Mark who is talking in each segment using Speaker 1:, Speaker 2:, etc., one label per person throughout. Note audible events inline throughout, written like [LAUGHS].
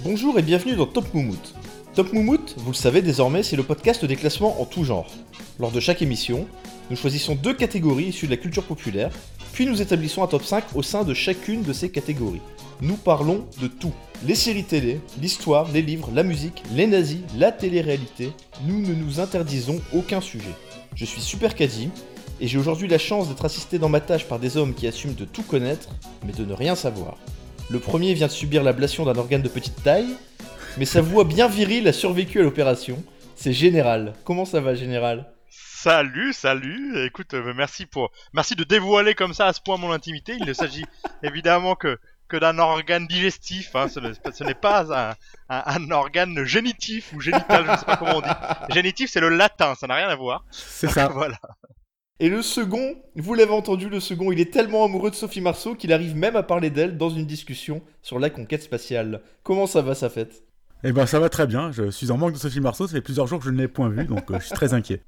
Speaker 1: Bonjour et bienvenue dans Top Moumout. Top Moumout, vous le savez désormais, c'est le podcast des classements en tout genre. Lors de chaque émission, nous choisissons deux catégories issues de la culture populaire, puis nous établissons un top 5 au sein de chacune de ces catégories. Nous parlons de tout. Les séries télé, l'histoire, les livres, la musique, les nazis, la télé-réalité, nous ne nous interdisons aucun sujet. Je suis Super Caddy, et j'ai aujourd'hui la chance d'être assisté dans ma tâche par des hommes qui assument de tout connaître, mais de ne rien savoir. Le premier vient de subir l'ablation d'un organe de petite taille, mais sa voix bien virile a survécu à l'opération. C'est Général. Comment ça va, Général
Speaker 2: Salut, salut. Écoute, euh, merci pour, merci de dévoiler comme ça à ce point mon intimité. Il ne s'agit évidemment que que d'un organe digestif. hein. Ce ne- ce n'est pas un, un- un organe génitif ou génital, je ne sais pas comment on dit. Génitif, c'est le latin, ça n'a rien à voir.
Speaker 3: C'est ça.
Speaker 2: Voilà.
Speaker 1: Et le second, vous l'avez entendu, le second, il est tellement amoureux de Sophie Marceau qu'il arrive même à parler d'elle dans une discussion sur la conquête spatiale. Comment ça va, sa fête
Speaker 3: Eh ben ça va très bien, je suis en manque de Sophie Marceau, ça fait plusieurs jours que je ne l'ai point vue, donc euh, je suis très [LAUGHS] inquiet.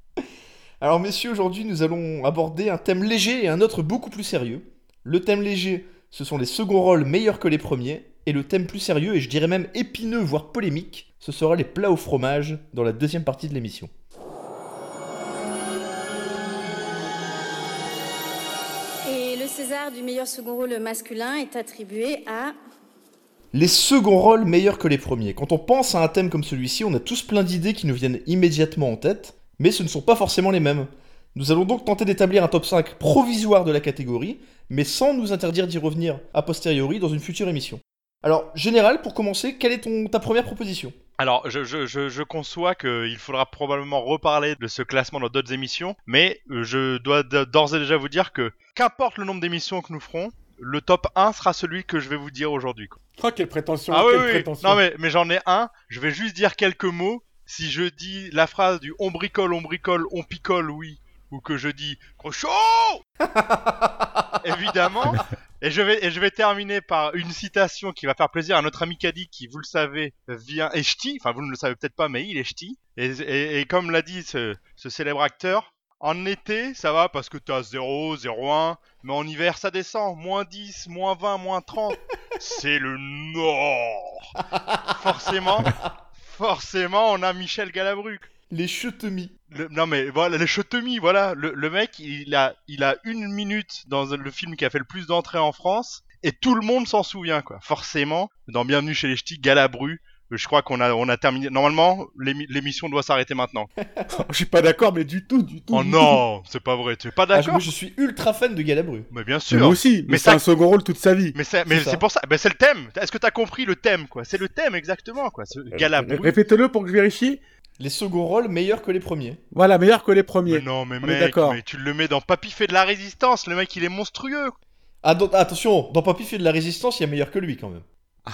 Speaker 1: Alors messieurs, aujourd'hui nous allons aborder un thème léger et un autre beaucoup plus sérieux. Le thème léger, ce sont les seconds rôles meilleurs que les premiers, et le thème plus sérieux, et je dirais même épineux, voire polémique, ce sera les plats au fromage dans la deuxième partie de l'émission.
Speaker 4: Et le César du meilleur second rôle masculin est attribué à.
Speaker 1: Les seconds rôles meilleurs que les premiers. Quand on pense à un thème comme celui-ci, on a tous plein d'idées qui nous viennent immédiatement en tête, mais ce ne sont pas forcément les mêmes. Nous allons donc tenter d'établir un top 5 provisoire de la catégorie, mais sans nous interdire d'y revenir a posteriori dans une future émission. Alors, général, pour commencer, quelle est ton, ta première proposition
Speaker 2: Alors, je, je, je, je conçois qu'il faudra probablement reparler de ce classement dans d'autres émissions, mais euh, je dois d- d'ores et déjà vous dire que, qu'importe le nombre d'émissions que nous ferons, le top 1 sera celui que je vais vous dire aujourd'hui. quoi.
Speaker 5: Oh, quelle prétention,
Speaker 2: Ah oui,
Speaker 5: quelle
Speaker 2: oui, oui.
Speaker 5: prétention.
Speaker 2: Non, mais, mais j'en ai un. Je vais juste dire quelques mots. Si je dis la phrase du on bricole, on bricole, on picole, oui, ou que je dis Crochot
Speaker 5: [LAUGHS]
Speaker 2: Évidemment. Et je, vais, et je vais terminer par une citation qui va faire plaisir à notre ami Caddy qui, vous le savez, vient est ch'ti. Enfin, vous ne le savez peut-être pas, mais il est ch'ti. Et, et, et comme l'a dit ce, ce célèbre acteur, en été, ça va parce que t'as 0, 0,1, mais en hiver, ça descend. Moins 10, moins 20, moins 30. C'est le Nord. Forcément, forcément, on a Michel Galabruc.
Speaker 1: Les chetomis.
Speaker 2: Le- non mais voilà, les Chotomi, voilà. Le, le mec, il a, il a une minute dans le film qui a fait le plus d'entrées en France, et tout le monde s'en souvient, quoi. Forcément, dans Bienvenue chez les Ch'tis, Galabru, je crois qu'on a, on a terminé. Normalement, l'émi- l'émission doit s'arrêter maintenant.
Speaker 5: Je suis pas d'accord, mais du tout, du tout.
Speaker 2: Oh
Speaker 5: du
Speaker 2: non, c'est pas vrai, tu es pas
Speaker 1: Ah, je,
Speaker 2: d'accord
Speaker 1: je suis ultra fan de Galabru.
Speaker 2: Mais bien
Speaker 3: Mais Moi
Speaker 2: sûr.
Speaker 3: aussi, mais,
Speaker 2: Mais
Speaker 3: c'est
Speaker 2: ça-
Speaker 3: un second rôle toute sa vie.
Speaker 2: Mais c'est, mais
Speaker 1: C'est ça.
Speaker 2: c'est pour ça, ben, c'est le thème. Est-ce que t'as compris le thème, quoi C'est le thème exactement, quoi. Ce
Speaker 3: Euh,
Speaker 2: Galabru.
Speaker 3: Répétez-le pour que je vérifie.
Speaker 1: Les seconds rôles meilleurs que les premiers.
Speaker 3: Voilà, meilleur que les premiers.
Speaker 2: Mais non, mais
Speaker 3: On est
Speaker 2: mec,
Speaker 3: d'accord.
Speaker 2: mais tu le mets dans Papy fait de la résistance, le mec il est monstrueux.
Speaker 1: Ah, donc- attention, dans Papy fait de la résistance, il y a meilleur que lui quand même.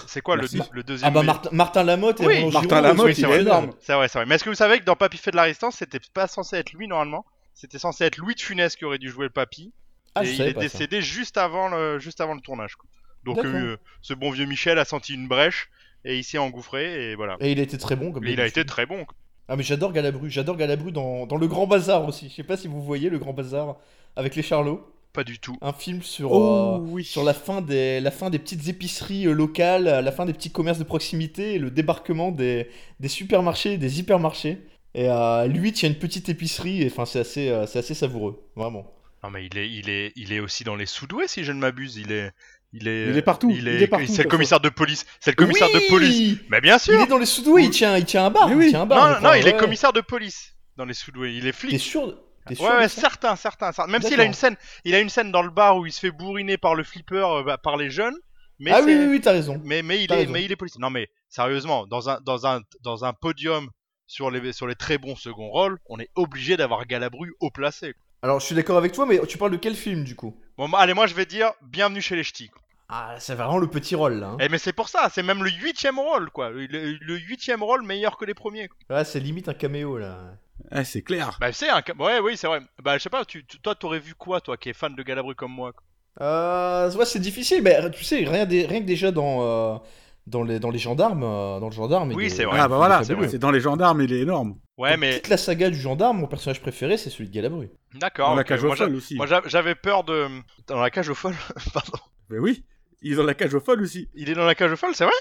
Speaker 2: C'est quoi le,
Speaker 3: merci.
Speaker 2: le deuxième
Speaker 1: Ah bah
Speaker 2: meilleur-
Speaker 1: Martin, Martin Lamotte et
Speaker 2: Oui,
Speaker 1: Roland
Speaker 3: Martin
Speaker 1: Giraud,
Speaker 3: Lamotte,
Speaker 1: ils sont
Speaker 3: il est
Speaker 1: exceptionnels.
Speaker 3: énorme.
Speaker 2: C'est vrai, c'est vrai. Mais est-ce que vous savez que dans Papy fait de la résistance, c'était pas censé être lui normalement C'était censé être Louis de Funès qui aurait dû jouer le papy.
Speaker 1: Ah,
Speaker 2: et
Speaker 1: je
Speaker 2: il
Speaker 1: savais
Speaker 2: est
Speaker 1: pas ça.
Speaker 2: décédé juste avant le juste avant le tournage. quoi. Donc
Speaker 1: D'accord.
Speaker 2: euh, ce bon vieux Michel a senti une brèche et il s'est engouffré et voilà.
Speaker 1: Et il a été très bon comme
Speaker 2: Mais il a
Speaker 1: d'habitude.
Speaker 2: été très bon. quoi.
Speaker 1: Ah mais j'adore Galabru, j'adore Galabru dans, dans Le Grand Bazar aussi. Je sais pas si vous voyez Le Grand Bazar avec les Charlots,
Speaker 2: Pas du tout.
Speaker 1: un film sur,
Speaker 3: Oh
Speaker 1: euh,
Speaker 3: oui.
Speaker 1: sur la, fin des, la fin des petites épiceries euh, locales, euh, la fin des petits commerces de proximité et le débarquement des, des supermarchés et des hypermarchés. Et euh, lui tient une petite épicerie et enfin c'est assez, euh, c'est assez savoureux, vraiment.
Speaker 2: Non mais il est il est il est aussi dans les sous-doués si je ne m'abuse. Il est il est
Speaker 3: Il est partout,
Speaker 2: Il est,
Speaker 3: il est partout,
Speaker 2: c'est le
Speaker 3: de toute
Speaker 2: commissaire de police. C'est le commissaire
Speaker 1: Oui
Speaker 2: de police. Mais bien sûr.
Speaker 1: Il est dans les sous-doués, il tient, il tient un bar,
Speaker 3: Mais oui.
Speaker 1: il tient un bar. je
Speaker 2: Non non,
Speaker 1: crois,
Speaker 2: non, il est
Speaker 1: ouais.
Speaker 2: commissaire de police dans les sous-doués. Il est flic.
Speaker 1: T'es sûr de- t'es sûr
Speaker 2: Ouais,
Speaker 1: de
Speaker 2: ouais,
Speaker 1: ça
Speaker 2: certain, certain, certain. Même s'il a
Speaker 1: D'accord.
Speaker 2: une scène, il a une scène dans le bar où il se fait bourriner par le flipper, euh, bah, par les jeunes. Mais
Speaker 1: Ah
Speaker 2: c'est-
Speaker 1: oui, oui, oui, t'as raison.
Speaker 2: mais mais il
Speaker 1: T'as
Speaker 2: est,
Speaker 1: raison.
Speaker 2: mais il est policier. Non mais sérieusement, dans un dans un dans un podium sur les sur les très bons seconds rôles, on est obligé d'avoir Galabru haut placé. quoi.
Speaker 1: Alors je suis d'accord avec toi, mais tu parles de quel film du coup
Speaker 2: Bon, bah, allez, moi je vais dire bienvenue chez les ch'tis. quoi.
Speaker 1: Ah, c'est vraiment le petit rôle là. hein.
Speaker 2: Eh mais c'est pour ça, c'est même le huitième rôle quoi, le, le huitième rôle meilleur que les premiers. quoi.
Speaker 1: Ouais, c'est limite un caméo là.
Speaker 3: Ah, c'est clair.
Speaker 2: Bah c'est un, ca- ouais oui c'est vrai. Bah je sais pas, tu, tu- toi t'aurais vu quoi toi qui est fan de Galabru comme moi. quoi
Speaker 1: Euh, ouais, c'est difficile, mais tu sais, rien, dé- rien que déjà dans, euh, dans, les, dans les gendarmes, euh, dans le gendarme.
Speaker 2: Oui,
Speaker 1: il est-
Speaker 2: c'est vrai.
Speaker 3: Ah
Speaker 1: il
Speaker 3: bah
Speaker 1: est
Speaker 3: voilà,
Speaker 1: fabuleux.
Speaker 3: c'est dans les gendarmes, il est énorme.
Speaker 2: Ouais
Speaker 1: Dans
Speaker 2: mais
Speaker 1: Toute la saga du gendarme, mon personnage préféré, c'est celui de Galabru.
Speaker 2: d'accord.
Speaker 3: Dans la
Speaker 2: Ah, ok,
Speaker 3: cage
Speaker 2: moi,
Speaker 3: aux
Speaker 2: j'a-
Speaker 3: folles aussi.
Speaker 2: Moi j'a- j'avais peur de. Dans la cage aux folles [LAUGHS] Pardon.
Speaker 3: Mais oui, il est dans la cage aux folles aussi.
Speaker 2: Il est dans la cage aux folles, c'est vrai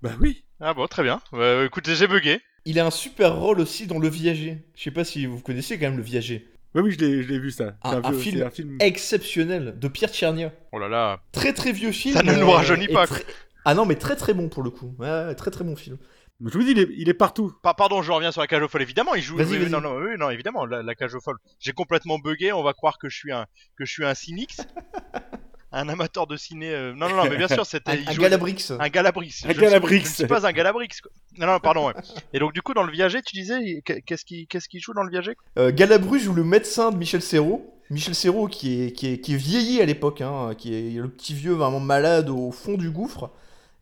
Speaker 3: Bah oui.
Speaker 2: Ah bon, très bien. Euh, écoutez, j'ai bugué.
Speaker 1: Il a un super rôle aussi dans Le Viager. Je sais pas si vous connaissez quand même Le Viager.
Speaker 3: Oui, oui, je l'ai, je l'ai vu ça.
Speaker 1: Un- un
Speaker 3: vieux-
Speaker 1: film
Speaker 3: c'est un film.
Speaker 1: Exceptionnel, de Pierre Tchernia.
Speaker 2: Oh là là.
Speaker 1: Très très vieux film.
Speaker 2: Ça ne
Speaker 1: mais-
Speaker 2: nous rajeunit
Speaker 1: et
Speaker 2: pas,
Speaker 1: très- Ah non, mais très très bon pour le coup. Ouais, ouais, très très bon film.
Speaker 3: Je vous dis, il est, il est partout.
Speaker 2: Pa- pardon, je reviens sur la cage aux folles. Évidemment, il joue.
Speaker 1: Vas-y,
Speaker 2: oui,
Speaker 1: vas-y.
Speaker 2: non, non, oui, non, évidemment, la, la cage aux folles. J'ai complètement bugué. On va croire que je suis un que je suis un cynix, [LAUGHS] un amateur de ciné. euh, Non, non, non, mais bien sûr,
Speaker 1: [LAUGHS]
Speaker 2: c'était.
Speaker 1: Un,
Speaker 2: il Ah,
Speaker 1: un
Speaker 2: jouait-
Speaker 1: Galabrix.
Speaker 2: Un Galabrix.
Speaker 5: Un
Speaker 2: Je ne suis-
Speaker 5: Galabrix.
Speaker 2: Je ne suis pas un Galabrix. quoi. Non, non, pardon. ouais. Et donc, du coup, dans le viager, tu disais, qu'est- qu'est-ce qui, qu'est-ce qui joue dans le viager
Speaker 1: Euh, Galabru joue le médecin de Michel Serrault. Michel Serrault qui est, qui est, qui est vieilli à l'époque, hein, qui est le petit vieux vraiment malade au fond du gouffre.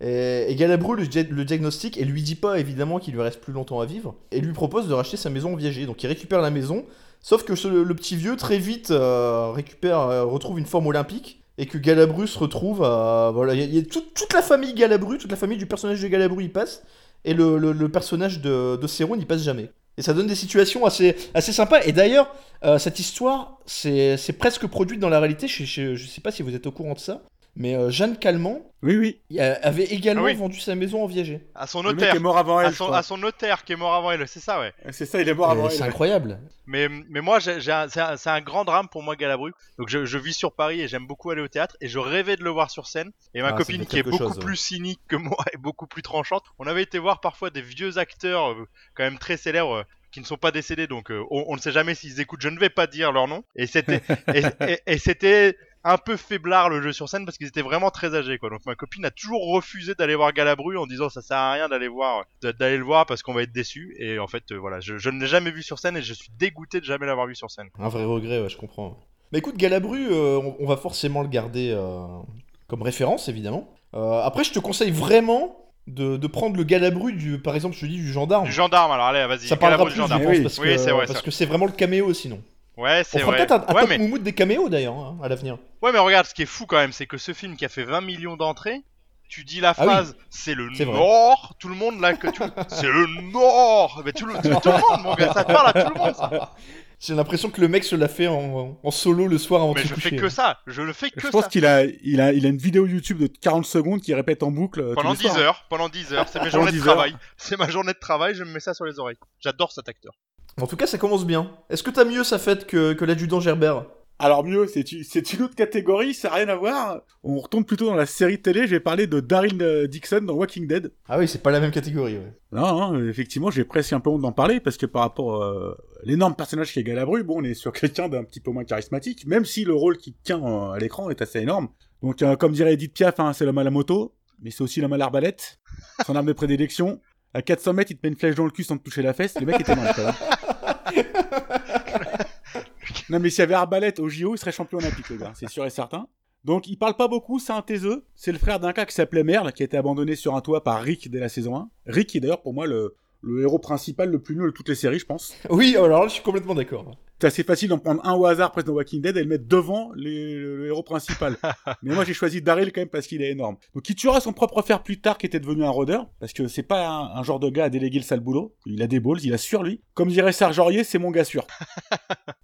Speaker 1: Et, et Galabru le, dia- le diagnostique et lui dit pas évidemment qu'il lui reste plus longtemps à vivre et lui propose de racheter sa maison au Viager. Donc il récupère la maison, sauf que ce- le petit vieux très vite euh, récupère, euh, retrouve une forme olympique et que Galabru se retrouve à. Voilà, il y a, il y a tout- toute la famille Galabru, toute la famille du personnage de Galabru y passe et le, le- le personnage de, de Serrault n'y passe jamais. Et ça donne des situations assez, assez sympas. Et d'ailleurs, euh, cette histoire, c'est c'est presque produite dans la réalité. Je, je, je sais pas si vous êtes au courant de ça, mais euh, Jeanne Calment
Speaker 3: Oui, oui.
Speaker 1: y a- avait également
Speaker 2: Ah oui.
Speaker 1: vendu sa maison en viager.
Speaker 2: À son
Speaker 3: Le mec
Speaker 2: notaire.
Speaker 3: est mort avant elle.
Speaker 2: À
Speaker 3: je
Speaker 2: son,
Speaker 3: crois. Ah,
Speaker 2: à son notaire qui est mort avant elle. C'est ça, ouais.
Speaker 5: C'est ça, il est
Speaker 3: Eh,
Speaker 5: mort avant
Speaker 1: Et c'est
Speaker 5: elle.
Speaker 1: incroyable.
Speaker 2: Mais, mais moi, j'ai, j'ai un- c'est, un, c'est un grand drame pour moi, Galabru. Donc, je, je vis sur Paris et j'aime beaucoup aller au théâtre. Et je rêvais de le voir sur scène. Et ma
Speaker 1: Ah, ça
Speaker 2: copine,
Speaker 1: veut
Speaker 2: qui est
Speaker 1: quelque
Speaker 2: beaucoup
Speaker 1: chose,
Speaker 2: plus cynique que moi [LAUGHS] et beaucoup plus tranchante, on avait été voir parfois des vieux acteurs, euh, quand même très célèbres, euh, qui ne sont pas décédés. Donc, euh, on, on ne sait jamais s'ils écoutent. Je ne vais pas dire leur nom.
Speaker 1: [LAUGHS]
Speaker 2: Et c'était, et, et- et c'était un peu faiblard le jeu sur scène parce qu'ils étaient vraiment très âgés quoi. Donc ma copine a toujours refusé d'aller voir Galabru en disant ça sert à rien d'aller voir d'a- d'aller le voir parce qu'on va être déçu et en fait euh, voilà, je, je ne l'ai jamais vu sur scène et je suis dégoûté de jamais l'avoir vu sur scène.
Speaker 1: Un vrai regret, ouais, je comprends. Mais écoute, Galabru, euh, on, on va forcément le garder euh, comme référence, évidemment. Euh, après, je te conseille vraiment de, de prendre le Galabru, du, par exemple, je te dis, du gendarme.
Speaker 2: Du gendarme alors allez, vas-y.
Speaker 1: Oh. ça parlera
Speaker 2: Galabru
Speaker 1: plus,
Speaker 2: du
Speaker 1: je
Speaker 2: gendarme.
Speaker 1: pense,
Speaker 3: Oui,
Speaker 1: parce,
Speaker 2: oui,
Speaker 1: que,
Speaker 2: c'est vrai,
Speaker 1: parce
Speaker 2: ça.
Speaker 1: que c'est vraiment le caméo, sinon.
Speaker 2: Ouais,
Speaker 1: On
Speaker 2: c'est
Speaker 1: fera
Speaker 2: vrai.
Speaker 1: peut-être un, un
Speaker 2: ouais,
Speaker 1: top
Speaker 2: mais
Speaker 1: moumoute des caméos, d'ailleurs, hein, à l'avenir.
Speaker 2: ouais, mais regarde, ce qui est fou quand même, c'est que ce film qui a fait 20 millions d'entrées tu dis la
Speaker 1: Ah oui.
Speaker 2: phrase, c'est le
Speaker 1: C'est vrai.
Speaker 2: Nord, tout le monde là que tu, [LAUGHS] c'est le Nord, mais tout le, tout le monde, mon gars, ça parle à tout le monde. ça.
Speaker 1: Ah, J'ai l'impression que le mec se l'a fait en, en solo le soir avant
Speaker 2: Mais
Speaker 1: de se
Speaker 2: je fais
Speaker 1: coucher.
Speaker 2: que ça, je ne fais que
Speaker 3: Je
Speaker 2: ça.
Speaker 3: pense qu'il a, il a, il a une vidéo YouTube de 40 secondes qui répète en boucle. euh, tous
Speaker 2: Pendant
Speaker 3: les
Speaker 2: 10
Speaker 3: soirs.
Speaker 2: heures, pendant 10 heures, c'est mes
Speaker 3: Pendant
Speaker 2: journées de
Speaker 3: 10 heures.
Speaker 2: travail. [LAUGHS] C'est ma journée de travail, je me mets ça sur les oreilles. J'adore cet acteur.
Speaker 1: En tout cas, ça commence bien. Est-ce que t'as mieux sa fête que, que l'adjudant Gerbert
Speaker 5: Alors mieux, c'est une- c'est une autre catégorie, ça n'a rien à voir.
Speaker 3: On retourne plutôt dans la série de télé. J'ai parlé de Daryl euh, Dixon dans Walking Dead.
Speaker 1: Ah oui, c'est pas la même catégorie, ouais.
Speaker 3: Non, non, euh, effectivement, j'ai presque un peu honte d'en parler parce que par rapport euh, à l'énorme personnage qui est Galabru, bon, on est sur quelqu'un d'un petit peu moins charismatique, même si le rôle qu'il tient euh, à l'écran est assez énorme. Donc, euh, comme dirait Edith Piaf, hein, c'est l'homme à la moto, mais c'est aussi l'homme à l'arbalète, son arme de prédilection. À 400 mètres, il te met une flèche dans le cul sans te toucher la fesse. Le mec était énorme, quand même. Non, mais s'il y avait arbalète au JO, il serait champion olympique, le gars, c'est sûr et certain. Donc, il parle pas beaucoup, c'est un taiseux. C'est le frère d'un gars qui s'appelait Merle, qui a été abandonné sur un toit par Rick dès la saison 1. Rick qui est d'ailleurs pour moi le, le héros principal le plus nul de toutes les séries, je pense.
Speaker 1: [LAUGHS] Oui, alors là, je suis complètement d'accord.
Speaker 3: C'est assez facile d'en prendre un au hasard presque dans Walking Dead et le mettre devant les- le, le héros principal. Mais moi j'ai choisi Daryl quand même parce qu'il est énorme. Donc il tuera son propre frère plus tard qui était devenu un rôdeur, parce que c'est pas un, un genre de gars à déléguer le sale boulot. Il a des balls, il a sur lui. Comme dirait Serge Aurier, c'est mon gars sûr.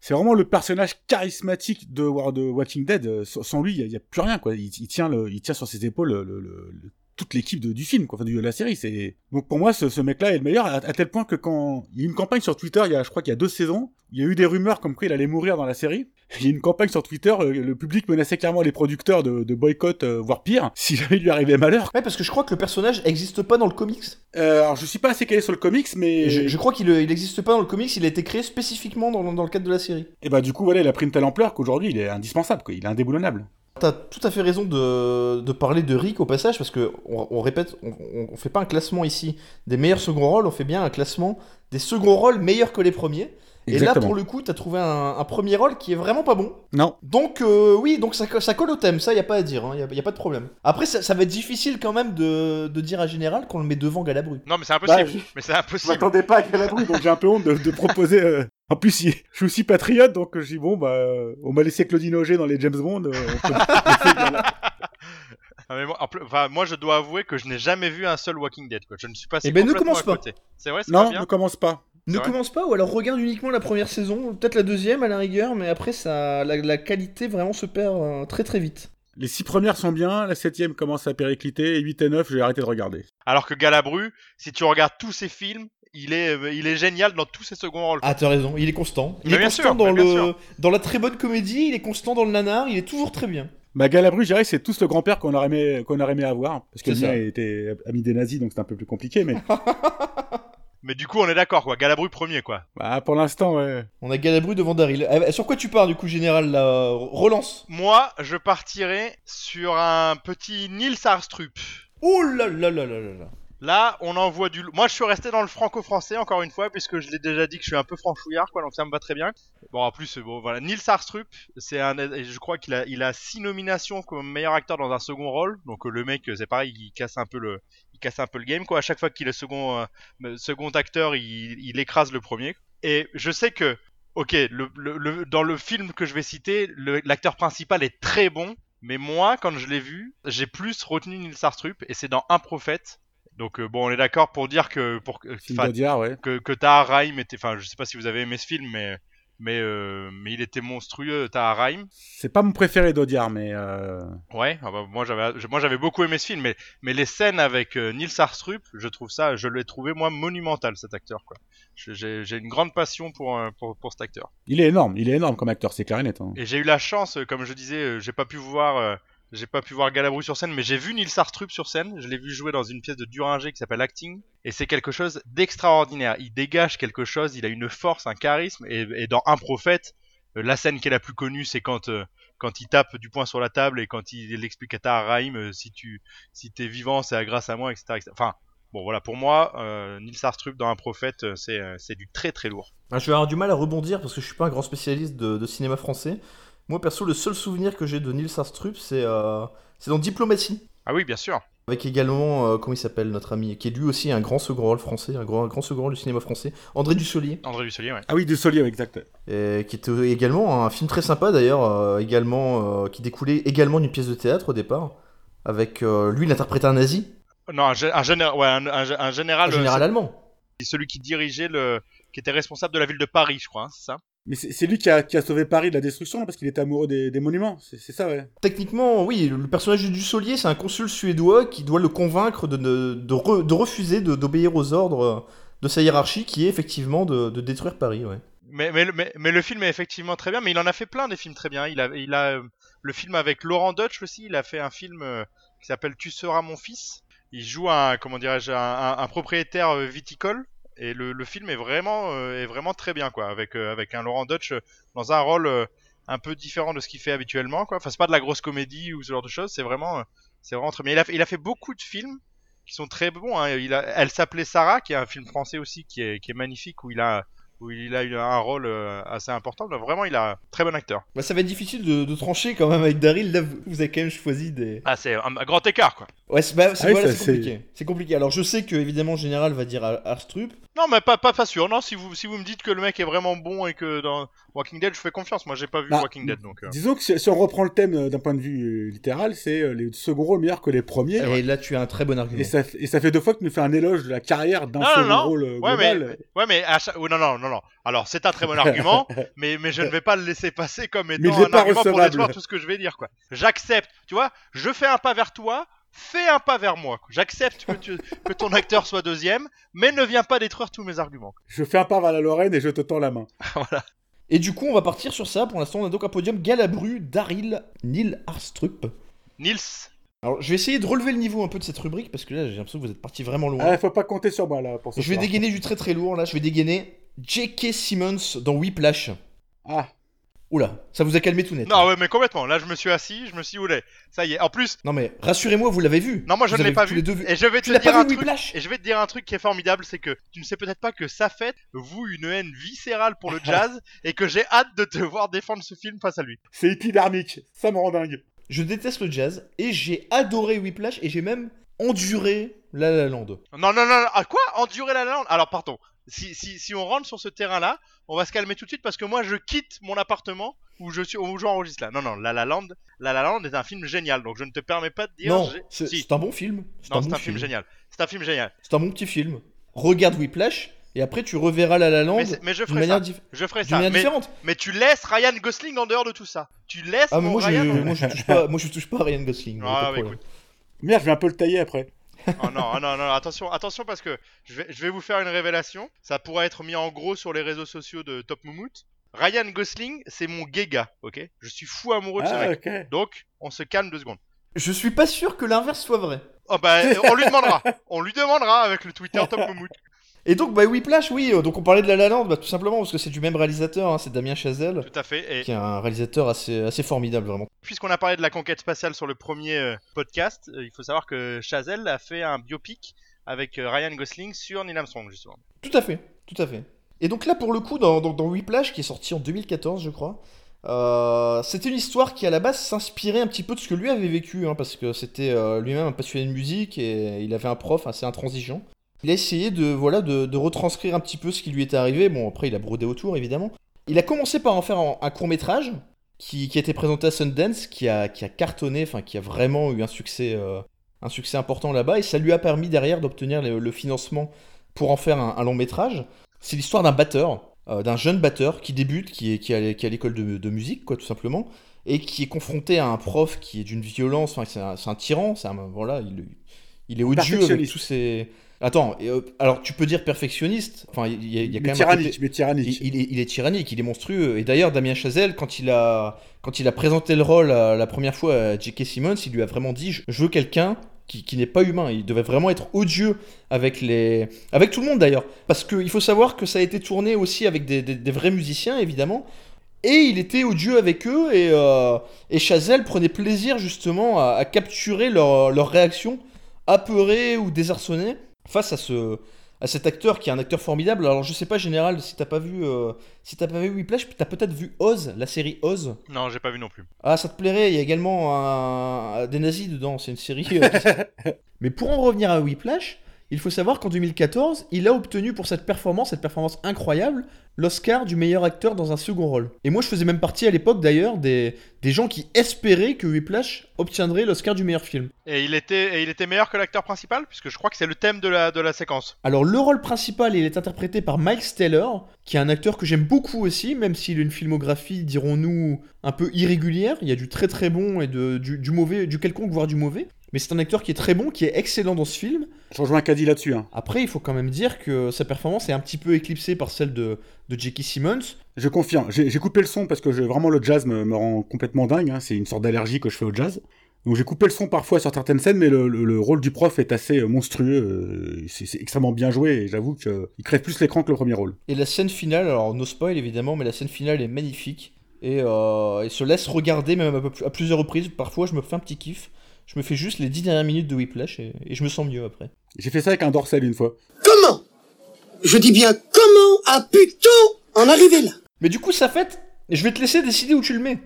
Speaker 3: c'est vraiment le personnage charismatique de, War- de Walking Dead. Euh, Sans sans lui, il y a- il y a, plus rien quoi. Il, il tient le, il tient sur ses épaules le- le- le- le- toute l'équipe de- du film, quoi, enfin, de la série. C'est donc pour moi ce, ce mec-là est le meilleur à, à tel point que quand il y a une campagne sur Twitter, il y a, je crois qu'il y a deux saisons, il y a eu des rumeurs comme quoi il allait mourir dans la série. Il y a une campagne sur Twitter, le, le public menaçait clairement les producteurs de, de boycott, euh, voire pire, [LAUGHS] si jamais il lui arrivait malheur.
Speaker 1: Ouais, parce que je crois que le personnage existe pas dans le comics.
Speaker 3: Euh, alors je suis pas assez calé sur le comics, mais
Speaker 1: Et je, je crois qu'il euh, il existe pas dans le comics, il a été créé spécifiquement dans, dans le cadre de la série.
Speaker 3: et bah du coup voilà, il a pris une telle ampleur qu'aujourd'hui il est indispensable, quoi. Il est indéboulonnable.
Speaker 1: T'as tout à fait raison de, de parler de Rick au passage, parce que on, on répète, on, on- on fait pas un classement ici des meilleurs seconds rôles, on fait bien un classement des seconds rôles meilleurs que les premiers. Et là, pour le coup, t'as trouvé un, un premier rôle qui est vraiment pas bon.
Speaker 3: Non.
Speaker 1: Donc, euh, oui, donc ça, co- ça colle au thème, ça, y a pas à dire, hein, y, a, y a pas de problème. Après, ça, ça va être difficile quand même de, de dire à Général qu'on le met devant Galabru.
Speaker 2: Non, mais c'est impossible.
Speaker 3: Bah, je-
Speaker 2: Mais c'est
Speaker 3: Je
Speaker 2: impossible.
Speaker 3: m'attendais pas à Galabru, donc j'ai un peu honte de, de proposer. euh, En plus, il- je suis aussi patriote, donc euh, je dis bon, bah, euh, on m'a laissé Claudine Auger dans les James Bond. euh, on peut- [LAUGHS]
Speaker 2: Ah, mais moi, en plus- enfin, moi, je dois avouer que je n'ai jamais vu un seul Walking Dead. Quoi. Je ne suis pas.
Speaker 1: Eh ben, ne
Speaker 2: complètement
Speaker 1: commence
Speaker 2: à
Speaker 1: pas.
Speaker 2: côté. C'est vrai, c'est pas
Speaker 3: Non, ne
Speaker 2: bien.
Speaker 3: commence pas.
Speaker 1: Ne
Speaker 2: C'est vrai.
Speaker 1: commence pas, ou alors regarde uniquement la première saison, peut-être la deuxième à la rigueur, mais après, ça, la, la qualité vraiment se perd euh, très très vite.
Speaker 3: Les six premières sont bien, la septième commence à péricliter, et 8 et 9, j'ai arrêté de regarder.
Speaker 2: Alors que Galabru, si tu regardes tous ses films, il est, euh, il est génial dans tous ses seconds rôles.
Speaker 1: Ah, t'as raison, il est constant. Il
Speaker 2: Mais
Speaker 1: est
Speaker 2: bien
Speaker 1: constant
Speaker 2: sûr,
Speaker 1: dans,
Speaker 2: mais bien
Speaker 1: le...
Speaker 2: sûr.
Speaker 1: dans la très bonne comédie, il est constant dans le nanar, il est toujours très bien.
Speaker 3: Bah, Galabru, je dirais que c'est tous le grand-père qu'on aurait aimé, qu'on aurait aimé avoir. Parce que le
Speaker 1: C'est
Speaker 3: mien
Speaker 1: ça.
Speaker 3: était ami des nazis, donc c'est un peu plus compliqué, [LAUGHS] mais.
Speaker 2: Mais du coup, on est d'accord, quoi. Galabru premier, quoi.
Speaker 3: bah, pour l'instant, ouais.
Speaker 1: On a Galabru devant Daryl. Eh, Sur quoi tu pars du coup, général là euh, Relance
Speaker 2: Moi, je partirais sur un petit Nils Arstrup.
Speaker 1: Oh là là là là là là
Speaker 2: Là, on envoie du. Moi, je suis resté dans le franco-français encore une fois, puisque je l'ai déjà dit que je suis un peu franchouillard, quoi, donc ça me va très bien. Bon, en plus, bon, voilà, Nils Arstrup, c'est un. et Je crois qu'il a, il a six nominations comme meilleur acteur dans un second rôle. Donc euh, le mec, euh, c'est pareil, il casse un peu le, il casse un peu le game, quoi. À chaque fois qu'il est second, euh, euh, second acteur, il, il écrase le premier. Et je sais que, ok, le, le- le- dans le film que je vais citer, le- l'acteur principal est très bon. Mais moi, quand je l'ai vu, j'ai plus retenu Nils Arstrup, et c'est dans Un prophète. Donc euh, bon, on est d'accord pour dire que pour que-
Speaker 3: Film
Speaker 2: enfin,
Speaker 3: d'Audiard, ouais.
Speaker 2: que, que Tahar Rahim était, enfin, je sais pas si vous avez aimé ce film, mais mais euh, mais il était monstrueux, Tahar Rahim.
Speaker 3: C'est pas mon préféré d'Audiard, mais euh...
Speaker 2: Ouais, ah bah, moi j'avais je- moi j'avais beaucoup aimé ce film, mais mais les scènes avec euh, Neil Sarstrup, je trouve ça, je l'ai trouvé moi monumental cet acteur quoi. Je- J'ai j'ai une grande passion pour euh, pour pour cet acteur.
Speaker 3: il est énorme, il est énorme comme acteur, c'est clair et net. hein.
Speaker 2: Et j'ai eu la chance, euh, comme je disais, euh, j'ai pas pu voir, euh, j'ai pas pu voir Galabru sur scène, mais j'ai vu Nils Sarstrup sur scène. Je l'ai vu jouer dans une pièce de Duringer qui s'appelle Acting, et c'est quelque chose d'extraordinaire. Il dégage quelque chose, il a une force, un charisme, et, et dans Un prophète, euh, la scène qui est la plus connue, c'est quand euh, quand il tape du poing sur la table et quand il, il explique à Tahar Rahim euh, si tu si t'es vivant, c'est grâce à moi, etc., etc.. Enfin. Bon voilà, pour moi, euh, Nils Sarstrup dans Un prophète, euh, c'est euh, c'est du très très lourd.
Speaker 1: Ah, je vais avoir du mal à rebondir parce que je suis pas un grand spécialiste de, de cinéma français. Moi perso, le seul souvenir que j'ai de Neil Sarstrup, c'est euh, c'est dans Diplomatie.
Speaker 2: Ah oui, bien sûr.
Speaker 1: Avec également, euh, comment il s'appelle notre ami, qui est lui aussi un grand second rôle français, un grand, un grand second rôle du cinéma français, André Dussolier,
Speaker 2: André Dussolier, ouais.
Speaker 3: Ah oui, du Solier, exact.
Speaker 1: et qui était également un film très sympa d'ailleurs, euh, également euh, qui découlait également d'une pièce de théâtre au départ. Avec euh, lui, il interprétait un nazi,
Speaker 2: Non, un, gé- un général, ouais, un, un gé- un général,
Speaker 1: un
Speaker 2: euh,
Speaker 1: général allemand.
Speaker 2: c'est celui qui dirigeait le, qui était responsable de la ville de Paris, je crois, hein, c'est ça.
Speaker 3: Mais c'est c'est lui qui a, qui a sauvé Paris de la destruction parce qu'il était amoureux des, des monuments, c'est c'est ça, ouais.
Speaker 1: Techniquement, oui, le personnage du Dussolier, c'est un consul suédois qui doit le convaincre de, ne- de re- de refuser de- d'obéir aux ordres de sa hiérarchie, qui est effectivement de, de détruire Paris. Ouais.
Speaker 2: Mais, mais, le- mais, mais le film est effectivement très bien, mais il en a fait plein des films très bien. Il a, il a euh, le film avec Laurent Dutch aussi, il a fait un film euh, qui s'appelle Tu seras mon fils. Il joue un, comment dirais-je, un, un- un propriétaire euh, viticole. Et le, le film est vraiment, euh, est vraiment très bien, quoi, avec, euh, avec un Laurent Dutch euh, dans un rôle euh, un peu différent de ce qu'il fait habituellement, quoi. Enfin, c'est pas de la grosse comédie ou ce genre de choses, c'est vraiment, euh, c'est vraiment très bien. Il a, fait- il a fait beaucoup de films qui sont très bons. hein. Il a, Elle s'appelait Sarah, qui est un film français aussi qui est, qui est magnifique, où il a, où il a eu un rôle euh, assez important. Donc, vraiment, il a un très bon acteur.
Speaker 1: Bah, ça va être difficile de, de trancher quand même avec Daryl. Là, vous vous avez quand même choisi des.
Speaker 2: Ah, c'est un, un grand écart, quoi.
Speaker 1: Ouais, c'est bah, c'est-
Speaker 3: Ah oui,
Speaker 1: voilà,
Speaker 3: ça,
Speaker 1: c'est compliqué. C'est compliqué. Alors, je sais que évidemment, Général va dire à Arstrup.
Speaker 2: Non, mais pas, pas, pas sûr. Non, si vous, si vous me dites que le mec est vraiment bon et que dans Walking Dead, je fais confiance. Moi, j'ai pas vu
Speaker 3: Bah,
Speaker 2: Walking Dead, donc. euh.
Speaker 3: Disons que si, si on reprend le thème euh, d'un point de vue euh, littéral, c'est euh, les seconds rôles meilleurs que les premiers.
Speaker 1: Et, là, tu as un très bon argument.
Speaker 3: Et ça, f- et ça fait deux fois que tu nous fais un éloge de la carrière d'un
Speaker 2: Non,
Speaker 3: seul
Speaker 2: non, non.
Speaker 3: rôle euh,
Speaker 2: Ouais, mais,
Speaker 3: global.
Speaker 2: ouais, mais à chaque- oh, non, non, non, non. Alors, c'est un très
Speaker 3: [LAUGHS]
Speaker 2: bon argument, mais, mais je ne vais pas le laisser passer comme
Speaker 3: il
Speaker 2: étant
Speaker 3: est
Speaker 2: un
Speaker 3: pas
Speaker 2: argument pour
Speaker 3: recevable.
Speaker 2: détruire tout ce que je vais dire, quoi. J'accepte, tu vois, je fais un pas vers toi, fais un pas vers moi. quoi. J'accepte que, tu- que ton acteur soit deuxième, mais ne viens pas détruire tous mes arguments.
Speaker 3: Je fais un pas vers la Lorraine et je te tends la main.
Speaker 1: Et du coup, on va partir sur ça. Pour l'instant, on a donc un podium Galabru, Daryl, Neil Arstrup.
Speaker 2: Nils,
Speaker 1: Alors, je vais essayer de relever le niveau un peu de cette rubrique parce que là, j'ai l'impression que vous êtes parti vraiment loin.
Speaker 3: Ah, faut pas compter sur moi là pour ça.
Speaker 1: Je vais dégainer du très très lourd là, je vais dégainer J.K. Simmons dans Whiplash.
Speaker 3: Ah,
Speaker 1: Oula, ça vous a calmé tout net.
Speaker 2: Non, ouais, mais complètement. Là, je me suis assis, je me suis oulé. Ça y est. En plus,
Speaker 1: Non, mais rassurez-moi, vous l'avez vu.
Speaker 2: non, moi, je
Speaker 1: Vous
Speaker 2: ne l'ai
Speaker 1: avez
Speaker 2: pas
Speaker 1: tous
Speaker 2: vu.
Speaker 1: les deux vu.
Speaker 2: Et je vais
Speaker 1: Tu
Speaker 2: te
Speaker 1: l'as
Speaker 2: dire
Speaker 1: pas
Speaker 2: un
Speaker 1: vu
Speaker 2: truc.
Speaker 1: Whiplash
Speaker 2: Et je vais te dire un truc qui est formidable, c'est que tu ne sais peut-être pas que sa fête voue une haine viscérale pour le
Speaker 1: [LAUGHS]
Speaker 2: jazz et que j'ai hâte de te voir défendre ce film face à lui.
Speaker 3: c'est épidermique, ça me rend dingue.
Speaker 1: Je déteste le jazz et j'ai adoré Whiplash et j'ai même enduré La La Land.
Speaker 2: Non, non, non, non. à quoi Endurer la lande Alors, pardon. Si, si, si on rentre sur ce terrain-là, on va se calmer tout de suite parce que moi, je quitte mon appartement où je suis, où j'enregistre là. Non, non, La La Land, La La Land est un film génial, donc je ne te permets pas de dire.
Speaker 1: Non,
Speaker 2: j'ai-
Speaker 1: c'est
Speaker 2: Si.
Speaker 1: c'est un bon film.
Speaker 2: Non, c'est
Speaker 1: bon
Speaker 2: un film génial. C'est un film génial.
Speaker 1: C'est un bon petit film. Regarde Whiplash et après tu reverras La La Land
Speaker 2: Mais, c'est- mais je
Speaker 1: d'une
Speaker 2: ferai ça.
Speaker 1: manière, dif-
Speaker 2: Je ferai
Speaker 1: d'une
Speaker 2: ça.
Speaker 1: manière
Speaker 2: Mais,
Speaker 1: différente.
Speaker 2: mais tu laisses Ryan Gosling en dehors de tout ça. Tu laisses
Speaker 1: Ah mais
Speaker 2: mon
Speaker 1: moi
Speaker 2: Ryan.
Speaker 1: je, [LAUGHS] moi je touche pas, moi je touche pas à Ryan Gosling.
Speaker 2: Ah,
Speaker 1: y a pas de
Speaker 2: bah,
Speaker 1: problème.
Speaker 3: Merde, je vais un peu le tailler après.
Speaker 2: Oh non, ah non, non, attention, attention parce que je vais, je vais vous faire une révélation. Ça pourrait être mis en gros sur les réseaux sociaux de Top Moumout. Ryan Gosling, c'est mon gay gars, ok Je suis fou amoureux de ce
Speaker 3: Ah,
Speaker 2: mec.
Speaker 3: ok.
Speaker 2: Donc, on se calme deux secondes.
Speaker 1: Je suis pas sûr que l'inverse soit vrai.
Speaker 2: Oh bah, on lui
Speaker 1: [LAUGHS]
Speaker 2: demandera. On lui demandera avec le Twitter Top Moumout.
Speaker 1: Et donc bah Whiplash, oui. euh, Donc on parlait de La La Land, bah, tout simplement parce que c'est du même réalisateur, hein, c'est Damien Chazelle,
Speaker 2: Tout à fait. Et
Speaker 1: qui est un réalisateur assez assez formidable vraiment.
Speaker 2: puisqu'on a parlé de la conquête spatiale sur le premier euh, podcast, euh, il faut savoir que Chazelle a fait un biopic avec euh, Ryan Gosling sur Neil Armstrong, justement.
Speaker 1: Tout à fait, tout à fait. Et donc là, pour le coup, dans, dans, dans Whiplash, qui est sorti en 2014, je crois, euh, c'était une histoire qui, à la base, s'inspirait un petit peu de ce que lui avait vécu, hein, parce que c'était euh, lui-même un passionné de musique et il avait un prof assez intransigeant. Il a essayé de, voilà, de, de retranscrire un petit peu ce qui lui était arrivé. Bon, après, il a brodé autour, évidemment. Il a commencé par en faire un, un court-métrage qui, qui a été présenté à Sundance, qui a, qui a cartonné, enfin, qui a vraiment eu un succès, euh, un succès important là-bas, et ça lui a permis derrière d'obtenir le- le financement pour en faire un, un long métrage. C'est l'histoire d'un batteur, euh, d'un jeune batteur qui débute, qui est, qui est à l'é- qui est à l'école de, de musique, quoi, tout simplement, et qui est confronté à un prof qui est d'une violence, enfin, c'est un, c'est un tyran, c'est un, voilà, il, il est odieux avec
Speaker 3: Perfectionniste.
Speaker 1: tous ses. Attends, et, euh, alors tu peux dire perfectionniste, enfin, il y a, il y a quand
Speaker 3: mais
Speaker 1: même. un côté-
Speaker 3: tyrannique, mais tyrannique.
Speaker 1: il, il est, il est tyrannique, il est monstrueux. Et d'ailleurs, Damien Chazelle, quand il a, quand il a présenté le rôle euh, la première fois à J.K. Simmons, il lui a vraiment dit Je, je veux quelqu'un qui, qui n'est pas humain. Il devait vraiment être odieux avec, les... avec tout le monde d'ailleurs. Parce qu'il faut savoir que ça a été tourné aussi avec des, des- des vrais musiciens, évidemment. Et il était odieux avec eux, et, euh, et Chazelle prenait plaisir justement à, à capturer leur, leur réaction apeurée ou désarçonnée face à ce, à cet acteur qui est un acteur formidable. Alors je sais pas général si t'as pas vu euh, si t'as pas vu Whiplash, t'as peut-être vu Oz, la série Oz.
Speaker 2: Non, j'ai pas vu non plus.
Speaker 1: Ah ça te plairait, il y a également un- des nazis dedans, c'est une série. euh, qui- [LAUGHS] Mais pour en revenir à Whiplash, il faut savoir qu'en 2014, il a obtenu pour cette performance, cette performance incroyable, l'Oscar du meilleur acteur dans un second rôle. Et moi je faisais même partie à l'époque d'ailleurs des, des gens qui espéraient que Whiplash obtiendrait l'Oscar du meilleur film.
Speaker 2: Et il était, et il était meilleur que l'acteur principal, puisque je crois que c'est le thème de la, de la séquence.
Speaker 1: Alors le rôle principal, il est interprété par Miles Taylor, qui est un acteur que j'aime beaucoup aussi, même s'il a une filmographie, dirons-nous, un peu irrégulière. Il y a du très très bon et de- du, du mauvais, du quelconque, voire du mauvais. Mais c'est un acteur qui est très bon, qui est excellent dans ce film.
Speaker 3: Je rejoins Caddy là-dessus. hein.
Speaker 1: Après, il faut quand même dire que sa performance est un petit peu éclipsée par celle de, de Jackie Simmons.
Speaker 3: Je confirme. J'ai j'ai coupé le son parce que je- vraiment le jazz me, me rend complètement dingue. hein. C'est une sorte d'allergie que je fais au jazz. Donc j'ai coupé le son parfois sur certaines scènes, mais le, le- le rôle du prof est assez euh, monstrueux. euh, C'est c'est extrêmement bien joué et j'avoue qu'il crève plus l'écran que le premier rôle.
Speaker 1: Et la scène finale, alors no spoil évidemment, mais la scène finale est magnifique et, euh, et se laisse regarder même à, peu- à plusieurs reprises. Parfois, je me fais un petit kiff. Je me fais juste les dix dernières minutes de Whiplash et- et je me sens mieux après.
Speaker 3: J'ai fait ça avec un dorsal une fois.
Speaker 6: Comment Je dis bien comment a pu-t-on en arriver là
Speaker 1: Mais du coup, ça fête, je vais te laisser décider où tu le mets.